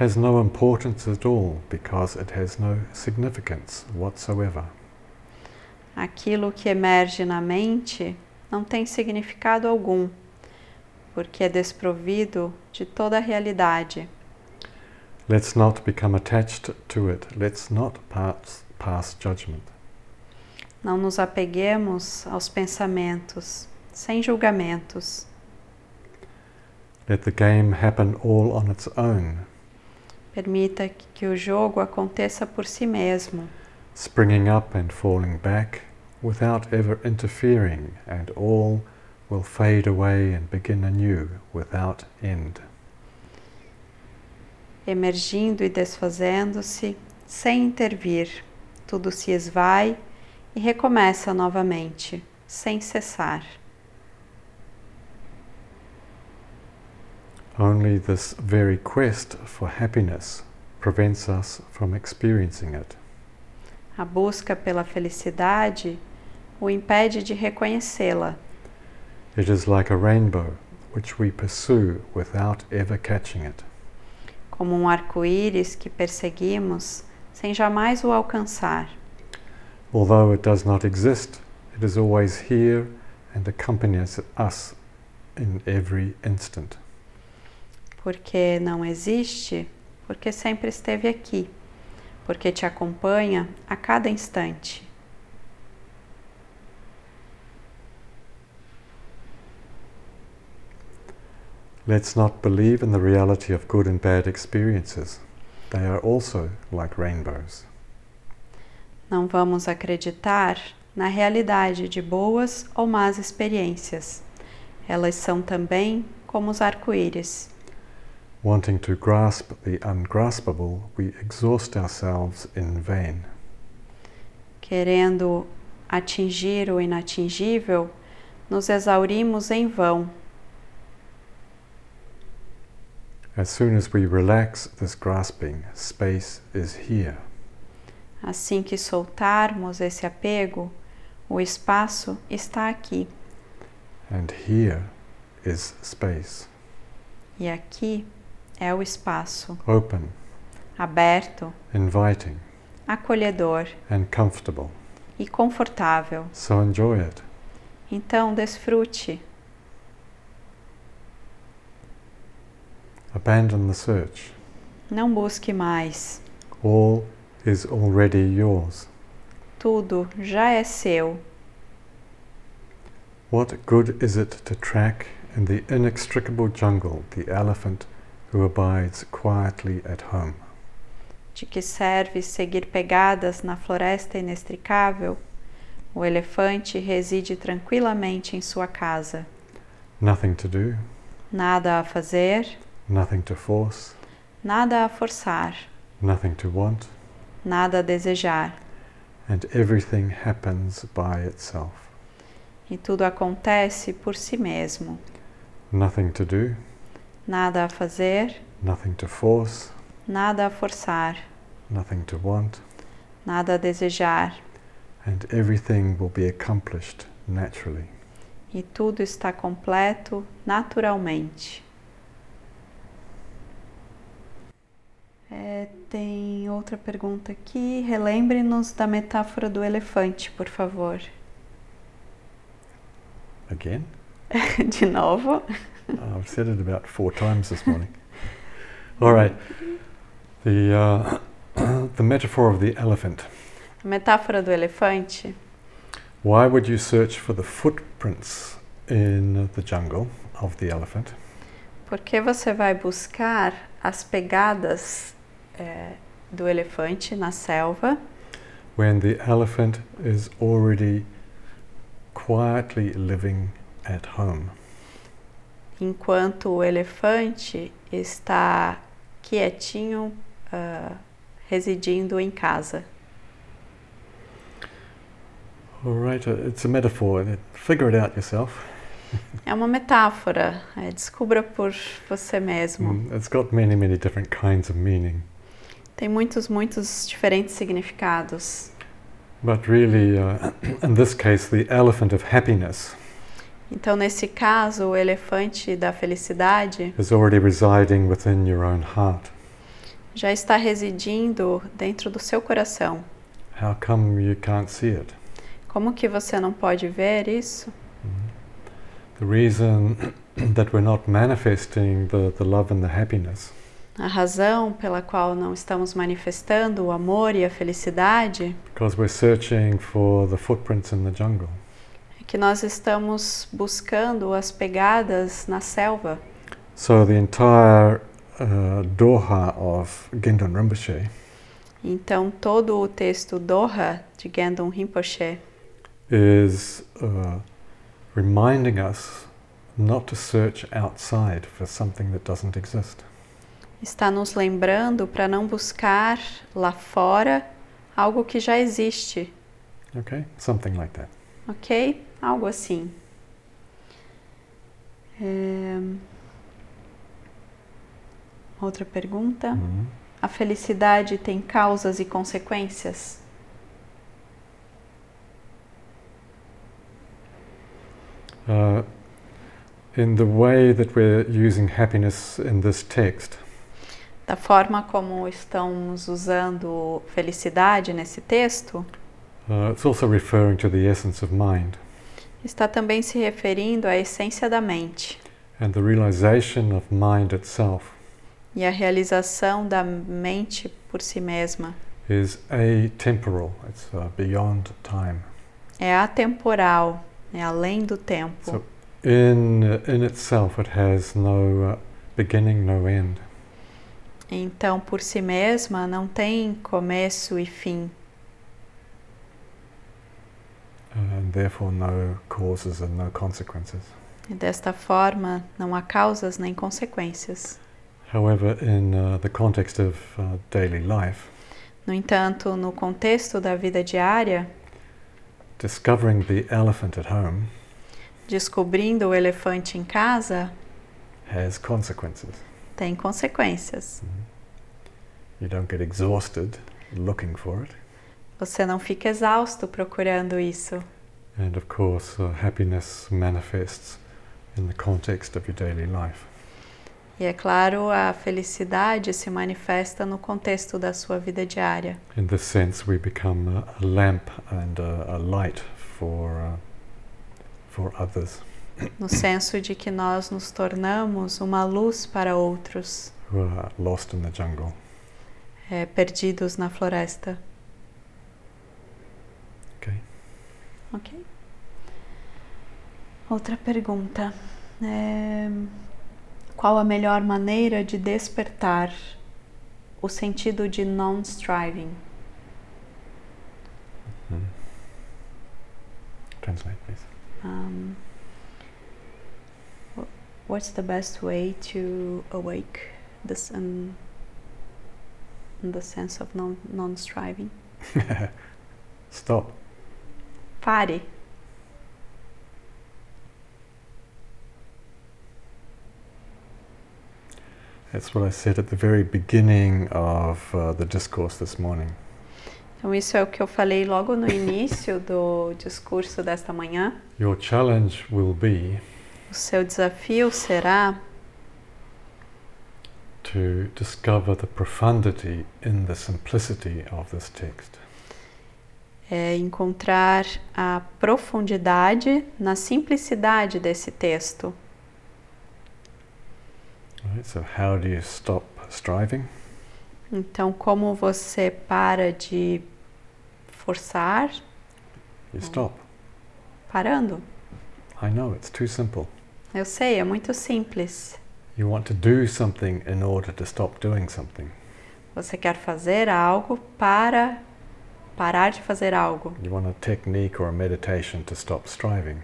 [SPEAKER 1] has no importance at all because it has no significance whatsoever.
[SPEAKER 2] Aquilo que emerge na mente não tem significado algum, porque é desprovido de toda a realidade.
[SPEAKER 1] Let's not become attached to it, let's not pass, pass judgment.
[SPEAKER 2] Não nos apeguemos aos pensamentos, sem julgamentos.
[SPEAKER 1] Let the game happen all on its own,
[SPEAKER 2] Permita que que o jogo aconteça por si mesmo,
[SPEAKER 1] springing up and falling back without ever interfering, and all will fade away and begin anew without end.
[SPEAKER 2] emergindo e desfazendo-se, sem intervir. Tudo se esvai e recomeça novamente, sem cessar.
[SPEAKER 1] Only this very quest for happiness prevents us from experiencing it.
[SPEAKER 2] A busca pela felicidade o impede de reconhecê-la.
[SPEAKER 1] It is like a rainbow which we pursue without ever catching it.
[SPEAKER 2] como um arco-íris que perseguimos sem jamais o alcançar.
[SPEAKER 1] Although it does not exist, it is always here and accompanies us in every instant.
[SPEAKER 2] Porque não existe, porque sempre esteve aqui, porque te acompanha a cada instante.
[SPEAKER 1] Let's not believe in the reality of good and bad experiences. They are also like rainbows.
[SPEAKER 2] Não vamos acreditar na realidade de boas ou más experiências. Elas são também como os arco-íris.
[SPEAKER 1] Wanting to grasp the ungraspable, we exhaust ourselves in vain.
[SPEAKER 2] Querendo atingir o inatingível, nos exaurimos em vão.
[SPEAKER 1] As soon as we relax this grasping, space is here.
[SPEAKER 2] Assim que soltarmos esse apego, o espaço está aqui
[SPEAKER 1] And here is space,
[SPEAKER 2] e aqui é o espaço
[SPEAKER 1] open,
[SPEAKER 2] aberto,
[SPEAKER 1] inviting,
[SPEAKER 2] acolhedor
[SPEAKER 1] and comfortable.
[SPEAKER 2] e confortável.
[SPEAKER 1] So enjoy it.
[SPEAKER 2] Então, desfrute,
[SPEAKER 1] Abandon the search.
[SPEAKER 2] não busque mais.
[SPEAKER 1] All is already yours.
[SPEAKER 2] Tudo já é seu.
[SPEAKER 1] What good is it to track in the inextricable jungle the elephant who abides quietly at home?
[SPEAKER 2] De que serve seguir pegadas na floresta inextricável? O elefante reside tranquilamente em sua casa.
[SPEAKER 1] Nothing to do,
[SPEAKER 2] Nada a fazer,
[SPEAKER 1] nothing to force,
[SPEAKER 2] nada a forçar,
[SPEAKER 1] nothing to want,
[SPEAKER 2] nada a desejar.
[SPEAKER 1] and everything happens by itself.
[SPEAKER 2] e tudo acontece por si mesmo.
[SPEAKER 1] Nothing to do,
[SPEAKER 2] Nada a fazer,
[SPEAKER 1] nothing to force,
[SPEAKER 2] nada a forçar,
[SPEAKER 1] nothing to want,
[SPEAKER 2] nada a desejar,
[SPEAKER 1] and everything will be accomplished naturally.
[SPEAKER 2] e tudo está completo naturalmente. É, tem outra pergunta aqui. Relembre-nos da metáfora do elefante, por favor.
[SPEAKER 1] Again?
[SPEAKER 2] De novo.
[SPEAKER 1] Uh, I've said it about four times this morning. All right. The, uh, the metaphor of the elephant.
[SPEAKER 2] A metáfora do elefante.
[SPEAKER 1] Why would you search for the footprints in the jungle of the elephant
[SPEAKER 2] Por que você vai buscar as pegadas é, do elefante na selva
[SPEAKER 1] when the elephant is already quietly living at home?
[SPEAKER 2] enquanto o elefante está quietinho, ah, residindo em casa?
[SPEAKER 1] All right, uh, it's a metaphor. uh, Figure it out yourself.
[SPEAKER 2] É uma metáfora. é, descubra por você mesmo.
[SPEAKER 1] Mm, It's got many, many different kinds of meaning.
[SPEAKER 2] Tem muitos, muitos diferentes significados.
[SPEAKER 1] But really, uh, in this case, the elephant of happiness
[SPEAKER 2] Então, nesse caso, o elefante da felicidade
[SPEAKER 1] is already residing within your own heart.
[SPEAKER 2] já está residindo dentro do seu coração.
[SPEAKER 1] How come you can't see it?
[SPEAKER 2] Como que você não pode ver isso?
[SPEAKER 1] Mm-hmm. The reason that we're not manifesting the, the love and the happiness
[SPEAKER 2] A razão pela qual não estamos manifestando o amor e a felicidade
[SPEAKER 1] because we're searching for the footprints in the jungle.
[SPEAKER 2] é que nós estamos buscando as pegadas na selva.
[SPEAKER 1] So the entire uh, Doha of Gendon Rinpoche
[SPEAKER 2] Então, todo o texto Doha de Gendon Rinpoche
[SPEAKER 1] is uh, reminding us not to search outside for something that doesn't exist.
[SPEAKER 2] está nos lembrando para não buscar lá fora algo que já existe.
[SPEAKER 1] Okay? Something like that.
[SPEAKER 2] ok? Algo assim. Ehm, Outra pergunta.
[SPEAKER 1] Mhm.
[SPEAKER 2] A felicidade tem causas e consequências?
[SPEAKER 1] Uh, in the way that we're using happiness in this text,
[SPEAKER 2] Da forma como estamos usando felicidade nesse texto,
[SPEAKER 1] uh, it's also referring to the essence of mind.
[SPEAKER 2] está também se referindo à essência da mente
[SPEAKER 1] and the realization of mind itself
[SPEAKER 2] e à realização da mente por si mesma.
[SPEAKER 1] is atemporal, it's uh, beyond time.
[SPEAKER 2] É atemporal, é além do tempo.
[SPEAKER 1] So- In, uh, in itself, it has no uh, beginning, no end.
[SPEAKER 2] Então, por si mesma, não tem começo e fim,
[SPEAKER 1] And therefore, no causes and no consequences.
[SPEAKER 2] e desta forma não há causas nem consequências.
[SPEAKER 1] However, in uh, the context of uh, daily life,
[SPEAKER 2] No entanto, no contexto da vida diária,
[SPEAKER 1] discovering the elephant at home
[SPEAKER 2] descobrindo o elefante em casa
[SPEAKER 1] has consequences.
[SPEAKER 2] tem consequências.
[SPEAKER 1] You don't get exhausted looking for it.
[SPEAKER 2] Você não fica exausto procurando isso.
[SPEAKER 1] And of course, uh, happiness manifests in the context of your daily life.
[SPEAKER 2] E é claro, a felicidade se manifesta no contexto da sua vida diária.
[SPEAKER 1] In this sense, we become a, a lamp and a, a light for uh, for others
[SPEAKER 2] No senso de que nós nos tornamos uma luz para outros,
[SPEAKER 1] who are lost in the jungle.
[SPEAKER 2] eh, perdidos na floresta.
[SPEAKER 1] Okay.
[SPEAKER 2] Ok. Outra pergunta. É, qual a melhor maneira de despertar o sentido de non-striving?
[SPEAKER 1] Mm. Translate, please.
[SPEAKER 2] Um, wh- what's the best way to awake this um, the sense of non- non-striving?
[SPEAKER 1] Stop.
[SPEAKER 2] Pare.
[SPEAKER 1] That's what I said at the very beginning of uh, the discourse this morning.
[SPEAKER 2] Então, isso é o que eu falei logo no início do discurso desta manhã.
[SPEAKER 1] Your challenge will be
[SPEAKER 2] O seu desafio será
[SPEAKER 1] to discover the profundity in the simplicity of this text.
[SPEAKER 2] é, encontrar a profundidade na simplicidade desse texto.
[SPEAKER 1] Right? So, how do you stop striving?
[SPEAKER 2] Então, como você para de forçar
[SPEAKER 1] You stop.
[SPEAKER 2] parando?
[SPEAKER 1] I know, it's too simple.
[SPEAKER 2] Eu sei, é muito simples.
[SPEAKER 1] You want to do something in order to stop doing something.
[SPEAKER 2] Você quer fazer algo para parar de fazer algo.
[SPEAKER 1] You want a technique or a meditation to stop striving.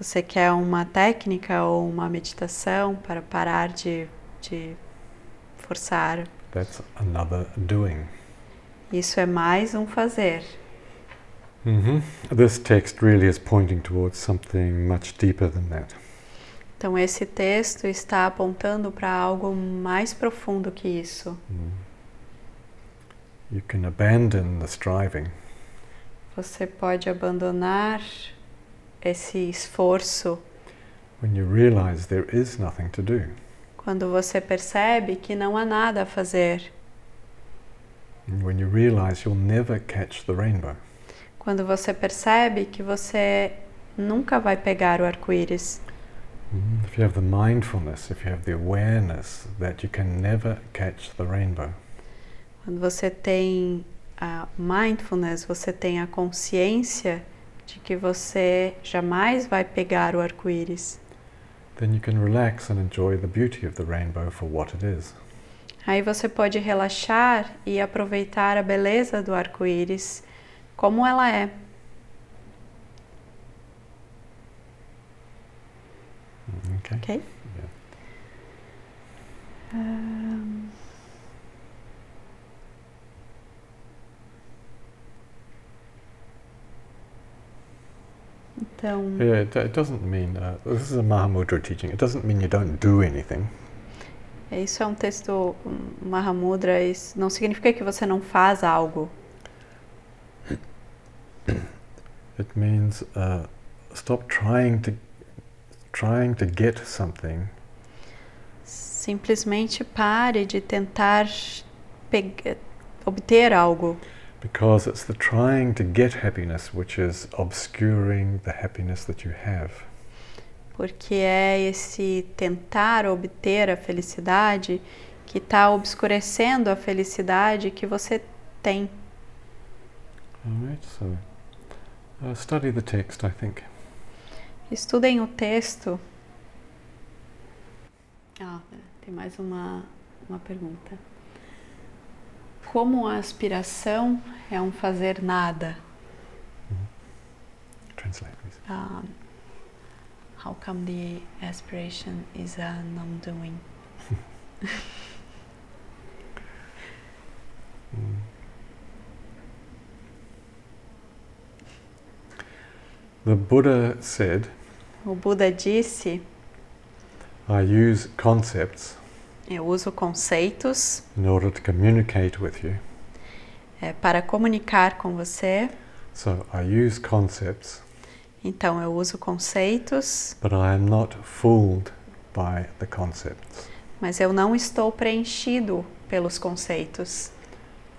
[SPEAKER 2] Você quer uma técnica ou uma meditação para parar de, de forçar.
[SPEAKER 1] That's another doing.
[SPEAKER 2] Isso é mais um fazer.
[SPEAKER 1] hmm This text really is pointing towards something much deeper than that.
[SPEAKER 2] Então, esse texto está apontando para algo mais profundo que isso.
[SPEAKER 1] Mm. You can abandon the striving
[SPEAKER 2] Você pode abandonar esse esforço
[SPEAKER 1] when you realize there is nothing to do.
[SPEAKER 2] quando você percebe que não há nada a fazer,
[SPEAKER 1] And when you realize you'll never catch the rainbow.
[SPEAKER 2] quando você percebe que você nunca vai pegar o arco-íris.
[SPEAKER 1] Mm. If you have the mindfulness, if you have the awareness that you can never catch the rainbow,
[SPEAKER 2] Quando você tem a mindfulness, você tem a consciência de que você jamais vai pegar o arco-íris.
[SPEAKER 1] then you can relax and enjoy the beauty of the rainbow for what it is.
[SPEAKER 2] Aí você pode relaxar e aproveitar a beleza do arco-íris como ela é.
[SPEAKER 1] Mm, Okay.
[SPEAKER 2] Ok?
[SPEAKER 1] Yeah.
[SPEAKER 2] Ahn. Então,
[SPEAKER 1] Yeah, it, it doesn't mean, uh, this is a Mahamudra teaching, it doesn't mean you don't do anything.
[SPEAKER 2] é, isso é um texto um, Mahamudra, isso não significa que você não faz algo.
[SPEAKER 1] It means uh, stop trying to trying to get something
[SPEAKER 2] Simplesmente pare de tentar pega- obter algo,
[SPEAKER 1] because it's the trying to get happiness which is obscuring the happiness that you have.
[SPEAKER 2] porque é esse tentar obter a felicidade que está obscurecendo a felicidade que você tem.
[SPEAKER 1] All right, so uh, study the text. I think
[SPEAKER 2] Estudem o texto. Ah, tem mais uma, uma pergunta. Como a aspiração é um fazer nada?
[SPEAKER 1] translate, please.
[SPEAKER 2] Um, how come the aspiration is an undoing?
[SPEAKER 1] Mm. The Buddha said,
[SPEAKER 2] O Buda disse:
[SPEAKER 1] "I use concepts
[SPEAKER 2] Eu uso conceitos
[SPEAKER 1] in order to communicate with you.
[SPEAKER 2] é, para comunicar com você.
[SPEAKER 1] So I use concepts."
[SPEAKER 2] Então, eu uso conceitos,
[SPEAKER 1] But I am not fooled by the concepts.
[SPEAKER 2] mas eu não estou preenchido pelos conceitos.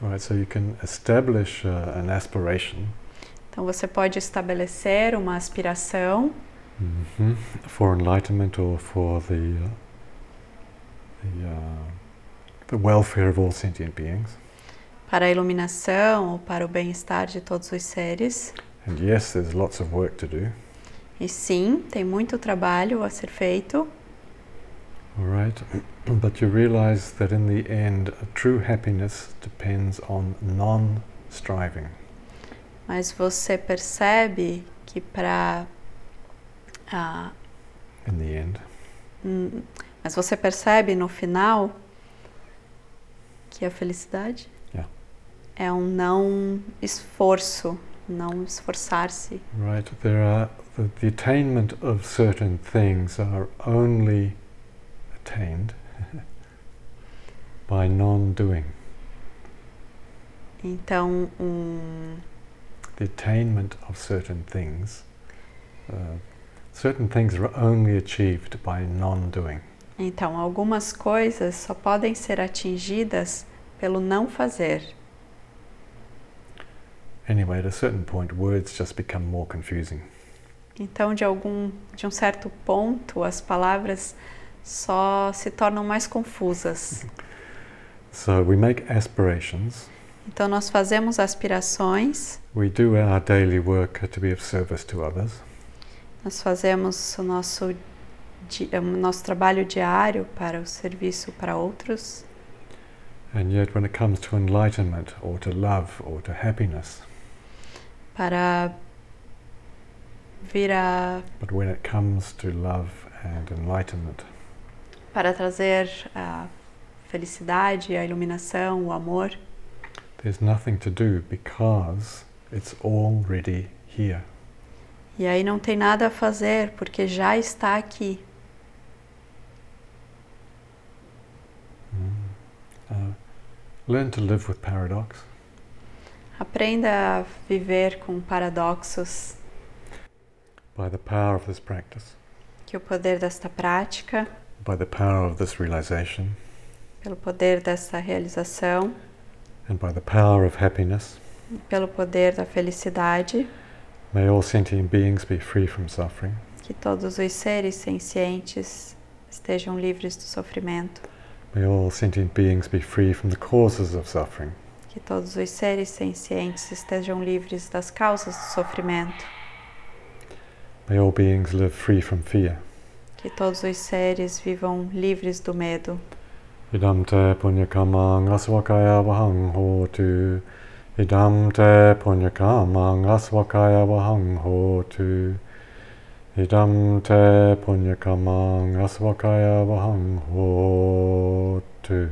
[SPEAKER 1] All right, so you can establish uh, an aspiration
[SPEAKER 2] Então, você pode estabelecer uma aspiração
[SPEAKER 1] mhm, for enlightenment or for the uh, the, uh, the welfare of all sentient beings.
[SPEAKER 2] para a iluminação ou para o bem-estar de todos os seres.
[SPEAKER 1] And yes, there's lots of work to do.
[SPEAKER 2] E sim, tem muito trabalho a ser feito,
[SPEAKER 1] All right, but you realize that in the end, a true happiness depends on non-striving.
[SPEAKER 2] mas você percebe que para ah,
[SPEAKER 1] In the end,
[SPEAKER 2] hum, mas você percebe no final que a felicidade
[SPEAKER 1] Yeah.
[SPEAKER 2] é um não esforço, não esforçar-se.
[SPEAKER 1] Right, there are the, the attainment of certain things are only attained by non doing.
[SPEAKER 2] Então, um,
[SPEAKER 1] the attainment of certain things. Uh, certain things are only achieved by non doing.
[SPEAKER 2] então, algumas coisas só podem ser atingidas pelo não fazer.
[SPEAKER 1] Anyway, at a certain point, words just become more confusing.
[SPEAKER 2] Então, de algum de um certo ponto, as palavras só se tornam mais confusas.
[SPEAKER 1] So we make aspirations,
[SPEAKER 2] Então, nós fazemos aspirações,
[SPEAKER 1] we do our daily work to be of service to others,
[SPEAKER 2] nós fazemos o nosso di- é, o nosso trabalho diário para o serviço para outros,
[SPEAKER 1] and yet when it comes to enlightenment or to love or to happiness,
[SPEAKER 2] para vir a
[SPEAKER 1] but when it comes to love and enlightenment,
[SPEAKER 2] para trazer a felicidade, a iluminação, o amor,
[SPEAKER 1] there's nothing to do because it's already here.
[SPEAKER 2] e aí não tem nada a fazer porque já está aqui.
[SPEAKER 1] Mm. Uh, learn to live with paradox.
[SPEAKER 2] Aprenda a viver com paradoxos,
[SPEAKER 1] by the power of this practice,
[SPEAKER 2] que o poder desta prática,
[SPEAKER 1] by the power of this realization,
[SPEAKER 2] pelo poder desta realização,
[SPEAKER 1] and by the power of happiness,
[SPEAKER 2] pelo poder da felicidade,
[SPEAKER 1] may all sentient beings be free from suffering,
[SPEAKER 2] que todos os seres sencientes estejam livres do sofrimento,
[SPEAKER 1] may all sentient beings be free from the causes of suffering,
[SPEAKER 2] que todos os seres sencientes estejam livres das causas do sofrimento,
[SPEAKER 1] may all beings live free from fear.
[SPEAKER 2] que todos os seres vivam livres do medo.
[SPEAKER 1] Idam te punyakamang aswakaya vahang hotu. Idam te punyakamang aswakaya vahang hotu. Idam te punyakamang aswakaya vahang hotu.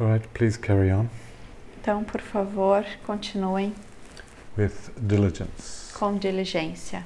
[SPEAKER 1] All right, please carry on.
[SPEAKER 2] Então, por favor, continuem
[SPEAKER 1] with diligence.
[SPEAKER 2] com diligência.